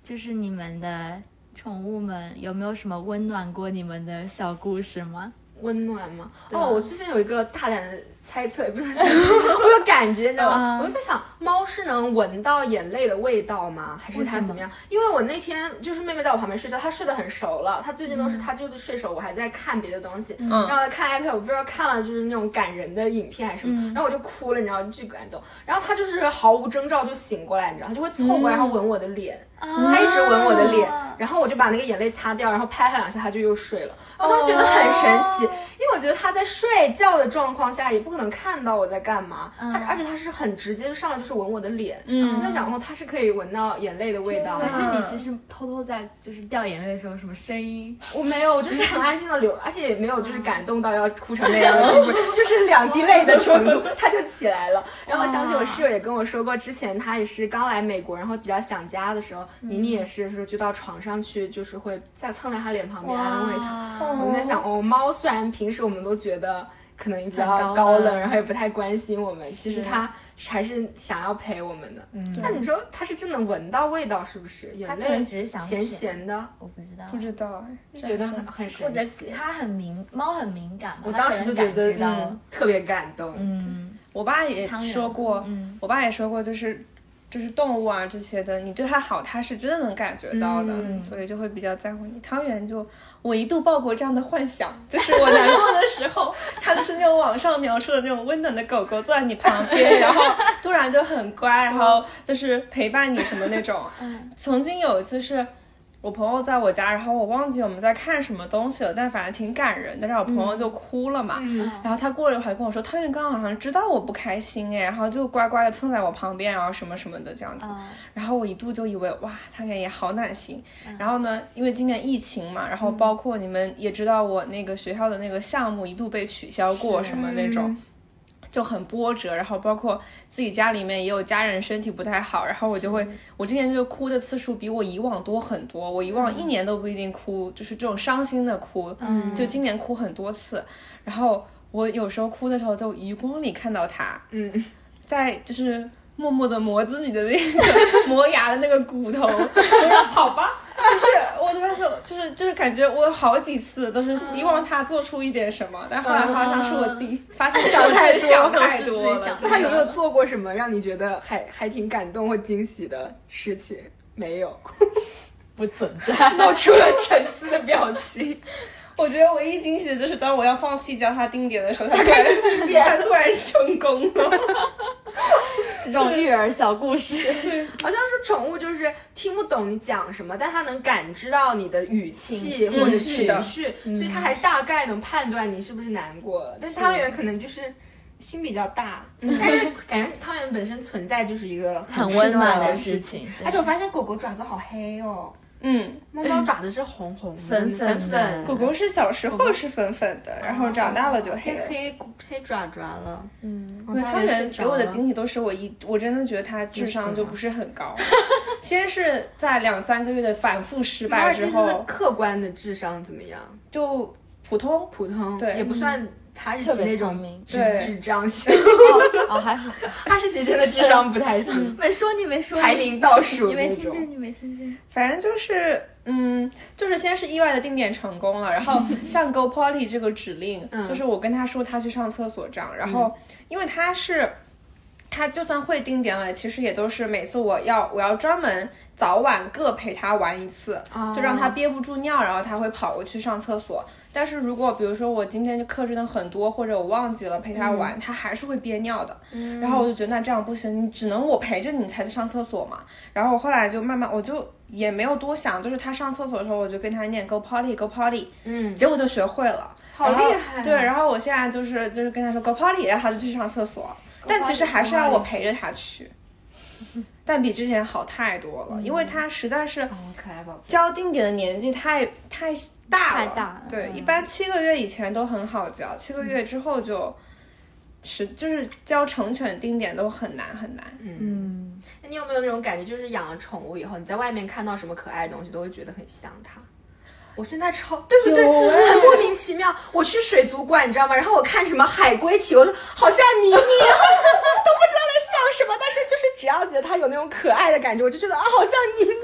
S2: 就是你们的宠物们有没有什么温暖过你们的小故事吗？
S5: 温暖吗？
S2: 对啊
S5: 哦，我最近有一个大胆的猜测，也不是 猜测，我有感觉，你知道
S2: 嗯
S5: 吗？我就在想，猫是能闻到眼泪的味道吗？还是
S2: 为什
S5: 它
S2: 么
S5: 怎么样？因为我那天就是妹妹在我旁边睡觉，她睡得很熟了，她最近都
S2: 嗯
S5: 是她就是睡熟，我还在看别的东西，然后看 iPad，我不知道看了就是那种感人的影片还是什
S2: 嗯
S5: 么，然后我就哭了，你知道吗，巨感动。然后她就是毫无征兆就醒过来，你知道，她就会凑
S2: 嗯
S5: 过来，然后吻我的脸，
S2: 他
S5: 他一直吻我的脸，然后我就把那个眼泪擦掉，然后拍他两下，他就又睡了。我当时觉得很神奇，因为我觉得他在睡觉的状况下也不可能看到我在干嘛，他而且他是很直接，就上来就是吻我的脸。
S4: 嗯
S5: 我在想，哦，他是可以闻到眼泪的味道啊
S2: 还
S5: 的。
S2: 是你其实偷偷在就是掉眼泪的时候，什么声音？
S5: 我没有，我就是很安静的流，而且也没有就是感动到要哭成那样，
S2: 嗯
S5: 就是就是两滴泪的程度，他就起来了。然后我想起
S2: 嗯
S5: 我室友也跟我说过，之前他也是刚来美国，然后比较想家的时候，妮
S2: 嗯
S5: 妮也是说就到床上去，就是会再蹭在他脸旁边
S2: 啊
S5: 安慰他。
S2: 他
S5: 我在想，哦，猫虽然平时我们都觉得可能比
S2: 很高
S5: 较高冷，
S2: 冷
S5: 然后也不太关心我们，其实它还是想要陪我们的。那你说它是真的闻到味道，是不是？
S2: 它
S5: 眼
S2: 嗯可能
S5: 泪
S2: 只是想
S5: 咸
S2: 舔
S5: 咸的，
S2: 我不知道，
S4: 不知道哎，
S5: 就觉得很很
S2: 或
S5: 神
S2: 者
S5: 奇。
S2: 它很敏，猫很敏感嘛，
S5: 我
S2: 它
S5: 当
S2: 可
S5: 时
S2: 能
S5: 就觉得
S2: 感觉到
S5: 嗯，特别感动。
S2: 嗯，
S4: 我爸也
S2: 汤圆
S4: 说过，
S2: 嗯
S4: 我爸也说过，就是就是动物啊这些的，你对它好，它是真的能感觉到的，
S2: 嗯
S4: 所以就会比较在乎你。汤圆就我一度抱过这样的幻想，就是我难过的时候， 它就是那种网上描述的那种温暖的狗狗坐在你旁边，然后突然就很乖，然后就是陪伴你什么那种。
S2: 嗯
S4: 曾经有一次是。我朋友在我家，然后我忘记我们在看什么东西了，但反正挺感人的，然后我
S2: 嗯
S4: 朋友就哭了嘛。然后他过了一会儿跟我说，汤圆刚好好像知道我不开心哎，然后就乖乖的蹭在我旁边，然后什么什么的这样子。然后我一度就以为哇，汤圆也好暖心。然后呢，因为今年疫情嘛，然后包括你们也知道我那个学校的那个项目一度被取消过什么那种。就很波折，然后包括自己家里面也有家人身体不太好，然后我就会，我今年就哭的次数比我以往多很多，我以往一年都不一定哭，就是这种伤心的哭，
S2: 嗯
S4: 就今年哭很多次，然后我有时候哭的时候就余光里看到他，
S5: 嗯，
S4: 在就是默默的磨自己的那个 磨牙的那个骨头， 我说好吧，就是我就说就是就是感觉我好几次都是希望他做出一点什么，但后来
S5: 嗯
S4: 发现是我自己发现想太多，想太多了。
S5: 那它嗯有没有做过什么让你觉得还还挺感动或惊喜的事情？没有，
S2: 不存在。
S4: 露出了沉思的表情。我觉得唯一惊喜的就是，当我要放弃教他定点的时候，他开始 定点，他突然成功了。
S2: 这种育儿小故事，
S5: 好像是宠物就是听不懂你讲什么，但它能感知到你的语气
S4: 情
S5: 或者
S4: 绪
S5: 情
S4: 的
S5: 绪，所以它还大概能判断你是不是难过了。但汤圆可能就是。心比较大，但是感觉汤圆本身存在就是一个
S2: 很温暖
S5: 的
S2: 的事。情，
S5: 而且我发现狗狗爪子好黑哦，
S4: 嗯，
S5: 猫猫爪子是红红的
S2: 粉粉
S5: 粉
S2: 的
S4: 狗狗是小时候是粉粉的，然后长大了就黑
S5: 黑
S4: 了。
S5: 黑 黑爪爪了。
S2: 嗯，
S5: 哦
S4: 因为
S5: 汤
S4: 汤
S5: 圆
S4: 圆
S5: 睡
S4: 给
S5: 着
S4: 我的
S5: 了
S4: 惊喜都是我一，我真的觉得他智商就
S5: 吗
S4: 不啊是很高。 先是在两三个月的反复失
S5: 马尔
S4: 败
S5: 济
S4: 之
S5: 斯的
S4: 后，
S5: 客观的智商怎么样？
S4: 就普通。
S5: 普通，
S4: 对
S5: 也不算哈士
S2: 嗯特
S5: 奇
S2: 别
S5: 那
S2: 聪
S5: 种
S2: 明。
S5: 智
S4: 对
S5: 智障 型。
S2: 哦，还是
S5: 哈士奇真的智商不太行，
S2: 没说你没说
S5: 排名倒数
S2: 你没
S5: 那
S2: 听见，
S5: 种。
S2: 你没听见。
S4: 反正就是，嗯，就是先是意外的定点成功了，然后 像 Go Potty 这个指令，
S5: 嗯
S4: 就是我跟他说他去上厕所这样，然后因为他是。他就算会定点了，其实也都是每次我要我要专门早晚各陪他玩一次，
S5: 哦
S4: 就让他憋不住尿，然后他会跑过去上厕所。但是如果比如说我今天就课真的很多，或者我忘记了陪他玩，
S5: 嗯
S4: 他还是会憋尿的。然后我就觉得那这样不行，你只能我陪着你才去上厕所嘛。然后我后来就慢慢我就也没有多想，就是他上厕所的时候，我就跟他念 “go potty go potty”，
S5: 嗯，
S4: 结果就学会了，
S5: 好
S4: 然后
S5: 厉害啊
S4: 对，然后我现在就是就是跟他说 “go potty”，然后他就去上厕所，但其实还是要我陪着他去， 但比之前好太多了，
S5: 嗯
S4: 因为他实在是
S2: 哦
S5: 好可爱宝贝。
S4: 教定点的年纪太太大
S2: 太
S4: 了，
S2: 大了
S4: 对，
S2: 嗯
S4: 一般七个月以前都很好教，七个月之后就。是，就是教成犬定点都很难很难，
S2: 嗯，
S5: 那你有没有那种感觉，就是养了宠物以后，你在外面看到什么可爱的东西，都会觉得很像它？我现在超对不对？
S2: 啊
S5: 很莫名其妙。我去水族馆，你知道吗？然后我看什么海龟球，我说好像妮妮，然后都不知道在想什么，但是就是只要觉得它有那种可爱的感觉，我就觉得啊，好像妮妮。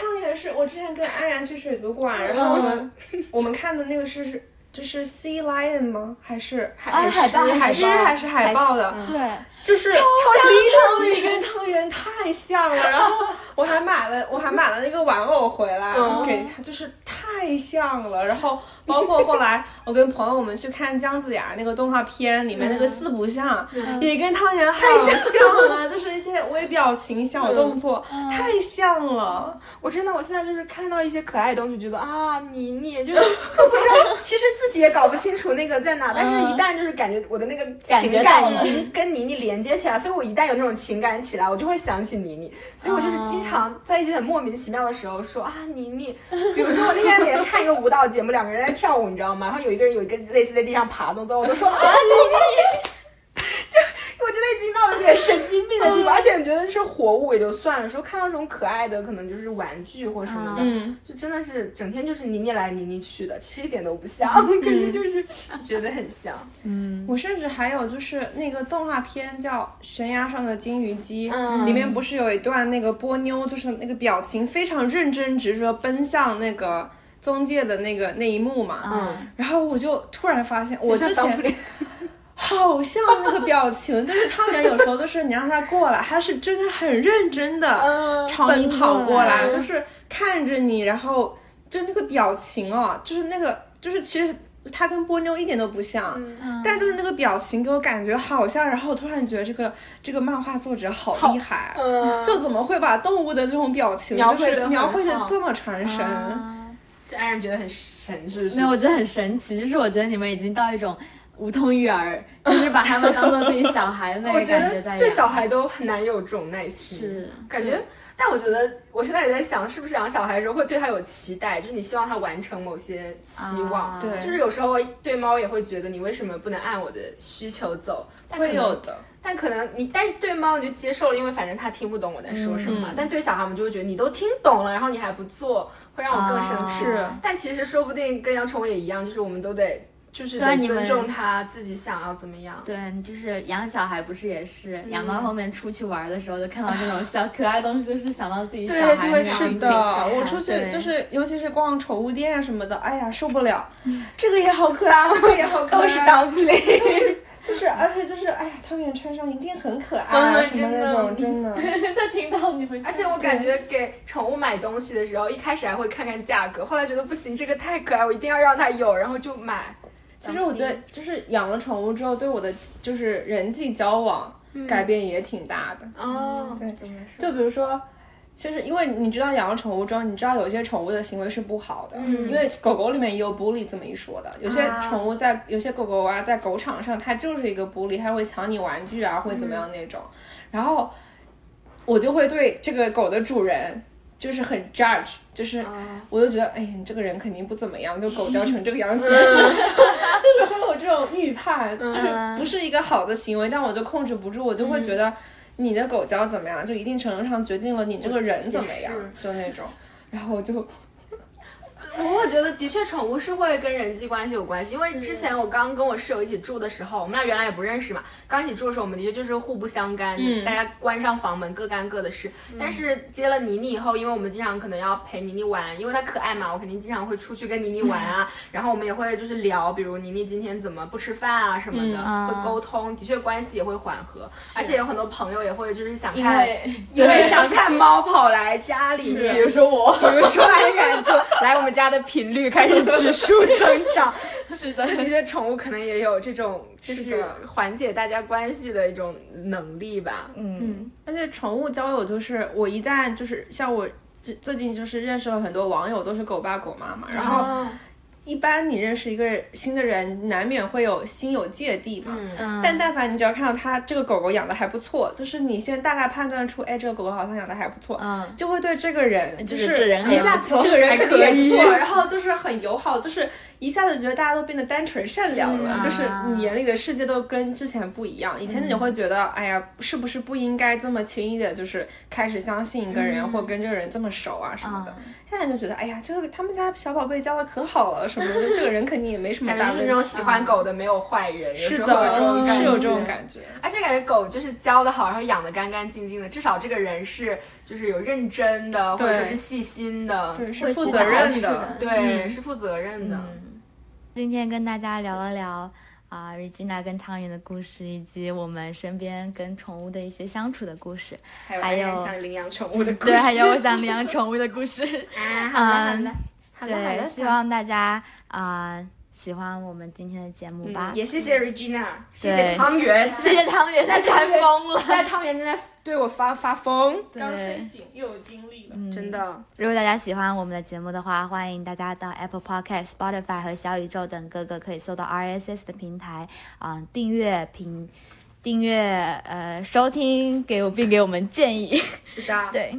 S4: 他们也是，我之前跟安然去水族馆，然后我 们、我们看的那个是是就是 sea lion 吗？还是
S2: 啊，海
S4: 狮
S2: 豹
S4: 海狮还是海豹的？
S2: 对，
S4: 就是超
S5: 像
S4: 像汤跟汤圆太像了，然后我还买了，我还买了那个玩偶回来，给他，就是太像了。然后包括后来我跟朋友们去看姜子牙那个动画片里面那个四不像，也跟汤圆好嗯像了， 嗯就是一些微表情、小动作，太像了。
S5: 我真的，我现在就是看到一些可爱的东西，觉得啊，妮妮，就是都不知道，其实自己也搞不清楚那个在哪，但是一旦就是感觉我的那个情
S2: 嗯觉到
S5: 感
S2: 了
S5: 已经跟妮妮连接起来，所以我一旦有那种情感起来，我就会想起妮妮，所以我就是
S2: 啊
S5: 经常在一些很莫名其妙的时候说啊，妮妮，比如说我那天连看一个舞蹈节目，两个人在跳舞，你知道吗？然后有一个人有一个类似在地上爬的动作，我都说啊，妮妮。我觉得已经到了点神经病的
S4: 嗯
S5: 地步，而且你觉得是活物也就算了，说看到这种可爱的，可能就是玩具或什么的，
S4: 嗯
S5: 就真的是整天就是泥泥来泥泥去的，其实一点都不像，
S4: 嗯
S5: 感觉就是觉得很像。
S2: 嗯
S4: 我甚至还有就是那个动画片叫《悬崖上的金鱼姬》，
S5: 嗯
S4: 里面不是有一段那个波妞，就是那个表情非常认真执着奔向那个宗介的那个那一幕嘛。
S2: 嗯，
S4: 然后我就突然发现，我之
S5: 像当
S4: 前
S5: 不了
S4: 好像那个表情，就是汤圆有时候就是你让他过来，他是真的很认真的
S5: 嗯
S4: 朝你跑过来，
S5: 奔过来
S4: 就是看着你，然后就那个表情哦，就是那个就是其实他跟波妞一点都不像，
S5: 嗯
S2: 嗯
S4: 但就是那个表情给我感觉好像，然后我突然觉得这个这个漫画作者好厉害，啊
S5: 嗯
S4: 就怎么会把动物的这种表情
S5: 描
S4: 就
S5: 绘
S4: 是
S5: 得
S4: 描
S5: 很
S4: 绘的
S5: 好
S4: 这么传神？
S2: 啊
S5: 这让人觉得很神，是不是？
S2: 嗯没有，我觉得很神奇，就是我觉得你们已经到一种无痛育儿，就是把他们当做自己小孩的那
S5: 我
S2: 个
S5: 觉
S2: 感觉在
S5: 得
S2: 养。
S5: 对小孩都很难有这种耐心，
S2: 是
S5: 感
S2: 对
S5: 觉。但我觉得我现在也在想，是不是养小孩的时候会对他有期待，就是你希望他完成某些期望。
S2: 啊
S4: 对
S5: 就是有时候我对猫也会觉得你为什么不能按我的需求走？但可
S4: 会
S5: 能
S4: 有的，
S5: 但可能你，但对猫你就接受了，因为反正它听不懂我在说什么嘛。
S4: 嗯
S5: 但对小孩，我们就会觉得你都听懂了，然后你还不做，会让我更
S2: 啊
S5: 生气。
S4: 是
S5: 但其实说不定跟养宠物也一样，就是我们都得，就是
S2: 对啊
S5: 得
S2: 你们
S5: 尊重它自己想要怎么样。
S2: 对，你就是养小孩，不是也是养
S4: 嗯
S2: 到后面出去玩的时候，就看到这种小可爱东西，就是想到自己小
S5: 对
S2: 孩
S5: 就
S2: 那
S5: 会
S2: 种
S5: 是
S2: 心
S4: 的
S2: 情。小
S4: 我
S2: 孩
S4: 出去
S2: 对
S4: 就是，尤其是逛宠物店什么的，哎呀，受不了，这个也好可爱，那个也好可爱，
S5: 都是 当 play，
S4: 就是，而且就是，哎呀，汤圆穿上一定很可爱，啊
S5: 嗯
S4: 什么那种，真的，
S2: 他听到你们，
S5: 而且我感觉给宠物买东西的时候，一开始还会看看价格，后来觉得不行，这个太可爱，我一定要让它有，然后就买。
S4: 其实我觉得，就是养了宠物之后，对我的就是人际交往改变也挺大的。
S5: 哦，
S2: 嗯怎么说？
S4: 嗯就比如说，其实因为你知道养了宠物之后，你知道有一些宠物的行为是不好的，因为狗狗里面也有 bully 这么一说的。有些
S5: 啊
S4: 宠物在、有些狗狗啊，在狗场上它就是一个 bully，它会抢你玩具啊，会怎么样那种。然后我就会对这个狗的主人。就是很 judge，就是我就觉得，哎呀，你这个人肯定不怎么样，就狗教成这个样子， 就是就是会有这种预判，就是不是一个好的行为，但我就控制不住，我就会觉得你的狗教怎么样，就一定程度上决定了你这个人怎么样，就那种。然后我就
S5: 我我觉得的确，宠物是会跟人际关系有关系。因为之前我刚跟我室友一起住的时候，我们俩原来也不认识嘛，刚一起住的时候，我们的确就是互不相干，
S2: 嗯
S5: 大家关上房门各干各的事。但是接了妮妮以后，因为我们经常可能要陪妮妮玩，因为她可爱嘛，我肯定经常会出去跟妮妮玩啊。 然后我们也会就是聊，比如妮妮今天怎么不吃饭啊什么的，
S2: 嗯
S5: 会沟通，的确关系也会缓和。而且有很多朋友也会就是想
S2: 因
S5: 看，
S2: 为
S5: 也会想看猫跑来家里面，
S2: 哎比如说我，
S5: 比如说安然就来我们家的频率开始指数增长，
S2: 是的，
S5: 就那些宠物可能也有这种，就是
S4: 的
S5: 缓解大家关系的一种能力吧。
S2: 嗯，
S4: 而且宠物交友就是我一旦就是像我最最近就是认识了很多网友都是狗爸狗妈嘛，然后
S5: 哦，
S4: 一般你认识一个人新的人，难免会有心有芥蒂嘛。
S2: 嗯
S4: 但但凡你只要看到它这个狗狗养的还不错，就是你先大概判断出，哎，这个狗狗好像养的还不错，
S2: 嗯
S4: 就会对这个人，
S2: 就
S5: 嗯
S4: 就是
S2: 这人还
S4: 一下
S2: 不
S4: 子
S2: 错
S4: 这个人
S5: 还
S4: 肯定 也
S5: 可以
S4: 不错，然后就是很友好，就是一下子觉得大家都变得单纯善良了，
S2: 嗯
S4: 就是
S2: 啊
S4: 你眼里的世界都跟之前不一样。以前你
S5: 嗯
S4: 会觉得，哎呀，是不是不应该这么轻易的，就是开始相信一个人、
S5: 嗯
S4: 或跟这个人这么熟啊什
S2: 嗯
S4: 么的。现在就觉得，哎呀，这个他们家小宝贝教的可好了，什么的，这个人肯定也没什么
S5: 感
S4: 大
S5: 觉
S4: 问
S5: 是
S4: 题。啊
S5: 那种喜欢狗的没有坏人，有
S4: 是
S5: 时候有这种
S4: 的，
S5: 感
S4: 是有这种
S5: 觉哎
S4: 感觉。
S5: 而且感觉狗就是教的好，然后养的干干净净的，至少这个人是就是有认真的，或
S4: 对
S5: 者说是细心的，
S4: 对，是
S2: 会
S4: 负
S2: 知
S4: 责
S2: 道
S4: 任
S2: 是
S4: 的嗯
S2: 的，
S5: 对是负责任的。
S2: 今天跟大家聊了聊啊、Regina 跟汤圆的故事，以及我们身边跟宠物的一些相处的故事，
S4: 还有
S2: 还有
S4: 爱像领养宠物的故事
S2: 对， 还有我想领养宠物的故事。
S5: 啊，
S2: 好了好了
S5: 好
S2: 对，希望大家啊、喜欢我们今天的节目吧。
S4: 也谢谢 Regina，
S5: 谢
S2: 对
S5: 谢汤圆，
S2: 嗯谢谢汤圆，他太疯了。
S4: 现在汤圆正在对我发发疯，
S5: 刚
S2: 对
S5: 睡醒又有精力了。
S4: 真的。
S2: 如果大家喜欢我们的节目的话，欢迎大家到 Apple Podcast、Spotify 和小宇宙等各个可以搜到 RSS 的平台，啊、订阅评、订阅呃收听，给我并给我们建议。
S4: 是的，
S2: 对，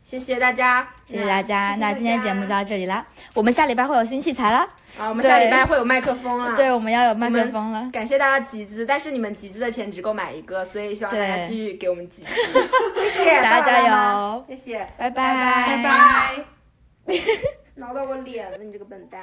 S4: 谢谢大家，
S2: 谢谢大家。
S4: 谢谢
S2: 那今天节目就到这里啦，我们下礼拜会有新器材啦，
S4: 啊，我们下礼
S2: 对
S4: 拜会有麦克风了，
S2: 对，，我们要有麦克
S4: 们
S2: 风了。
S4: 感谢大家集资，但是你们集资的钱只够买一个，所以希望大家
S2: 对
S4: 继续给我们 集资，谢谢
S2: 大家
S4: 爸爸
S2: 加
S4: 妈妈
S2: 油
S4: 谢谢，
S2: 拜拜
S4: 拜拜，挠到我脸了，你这个笨蛋。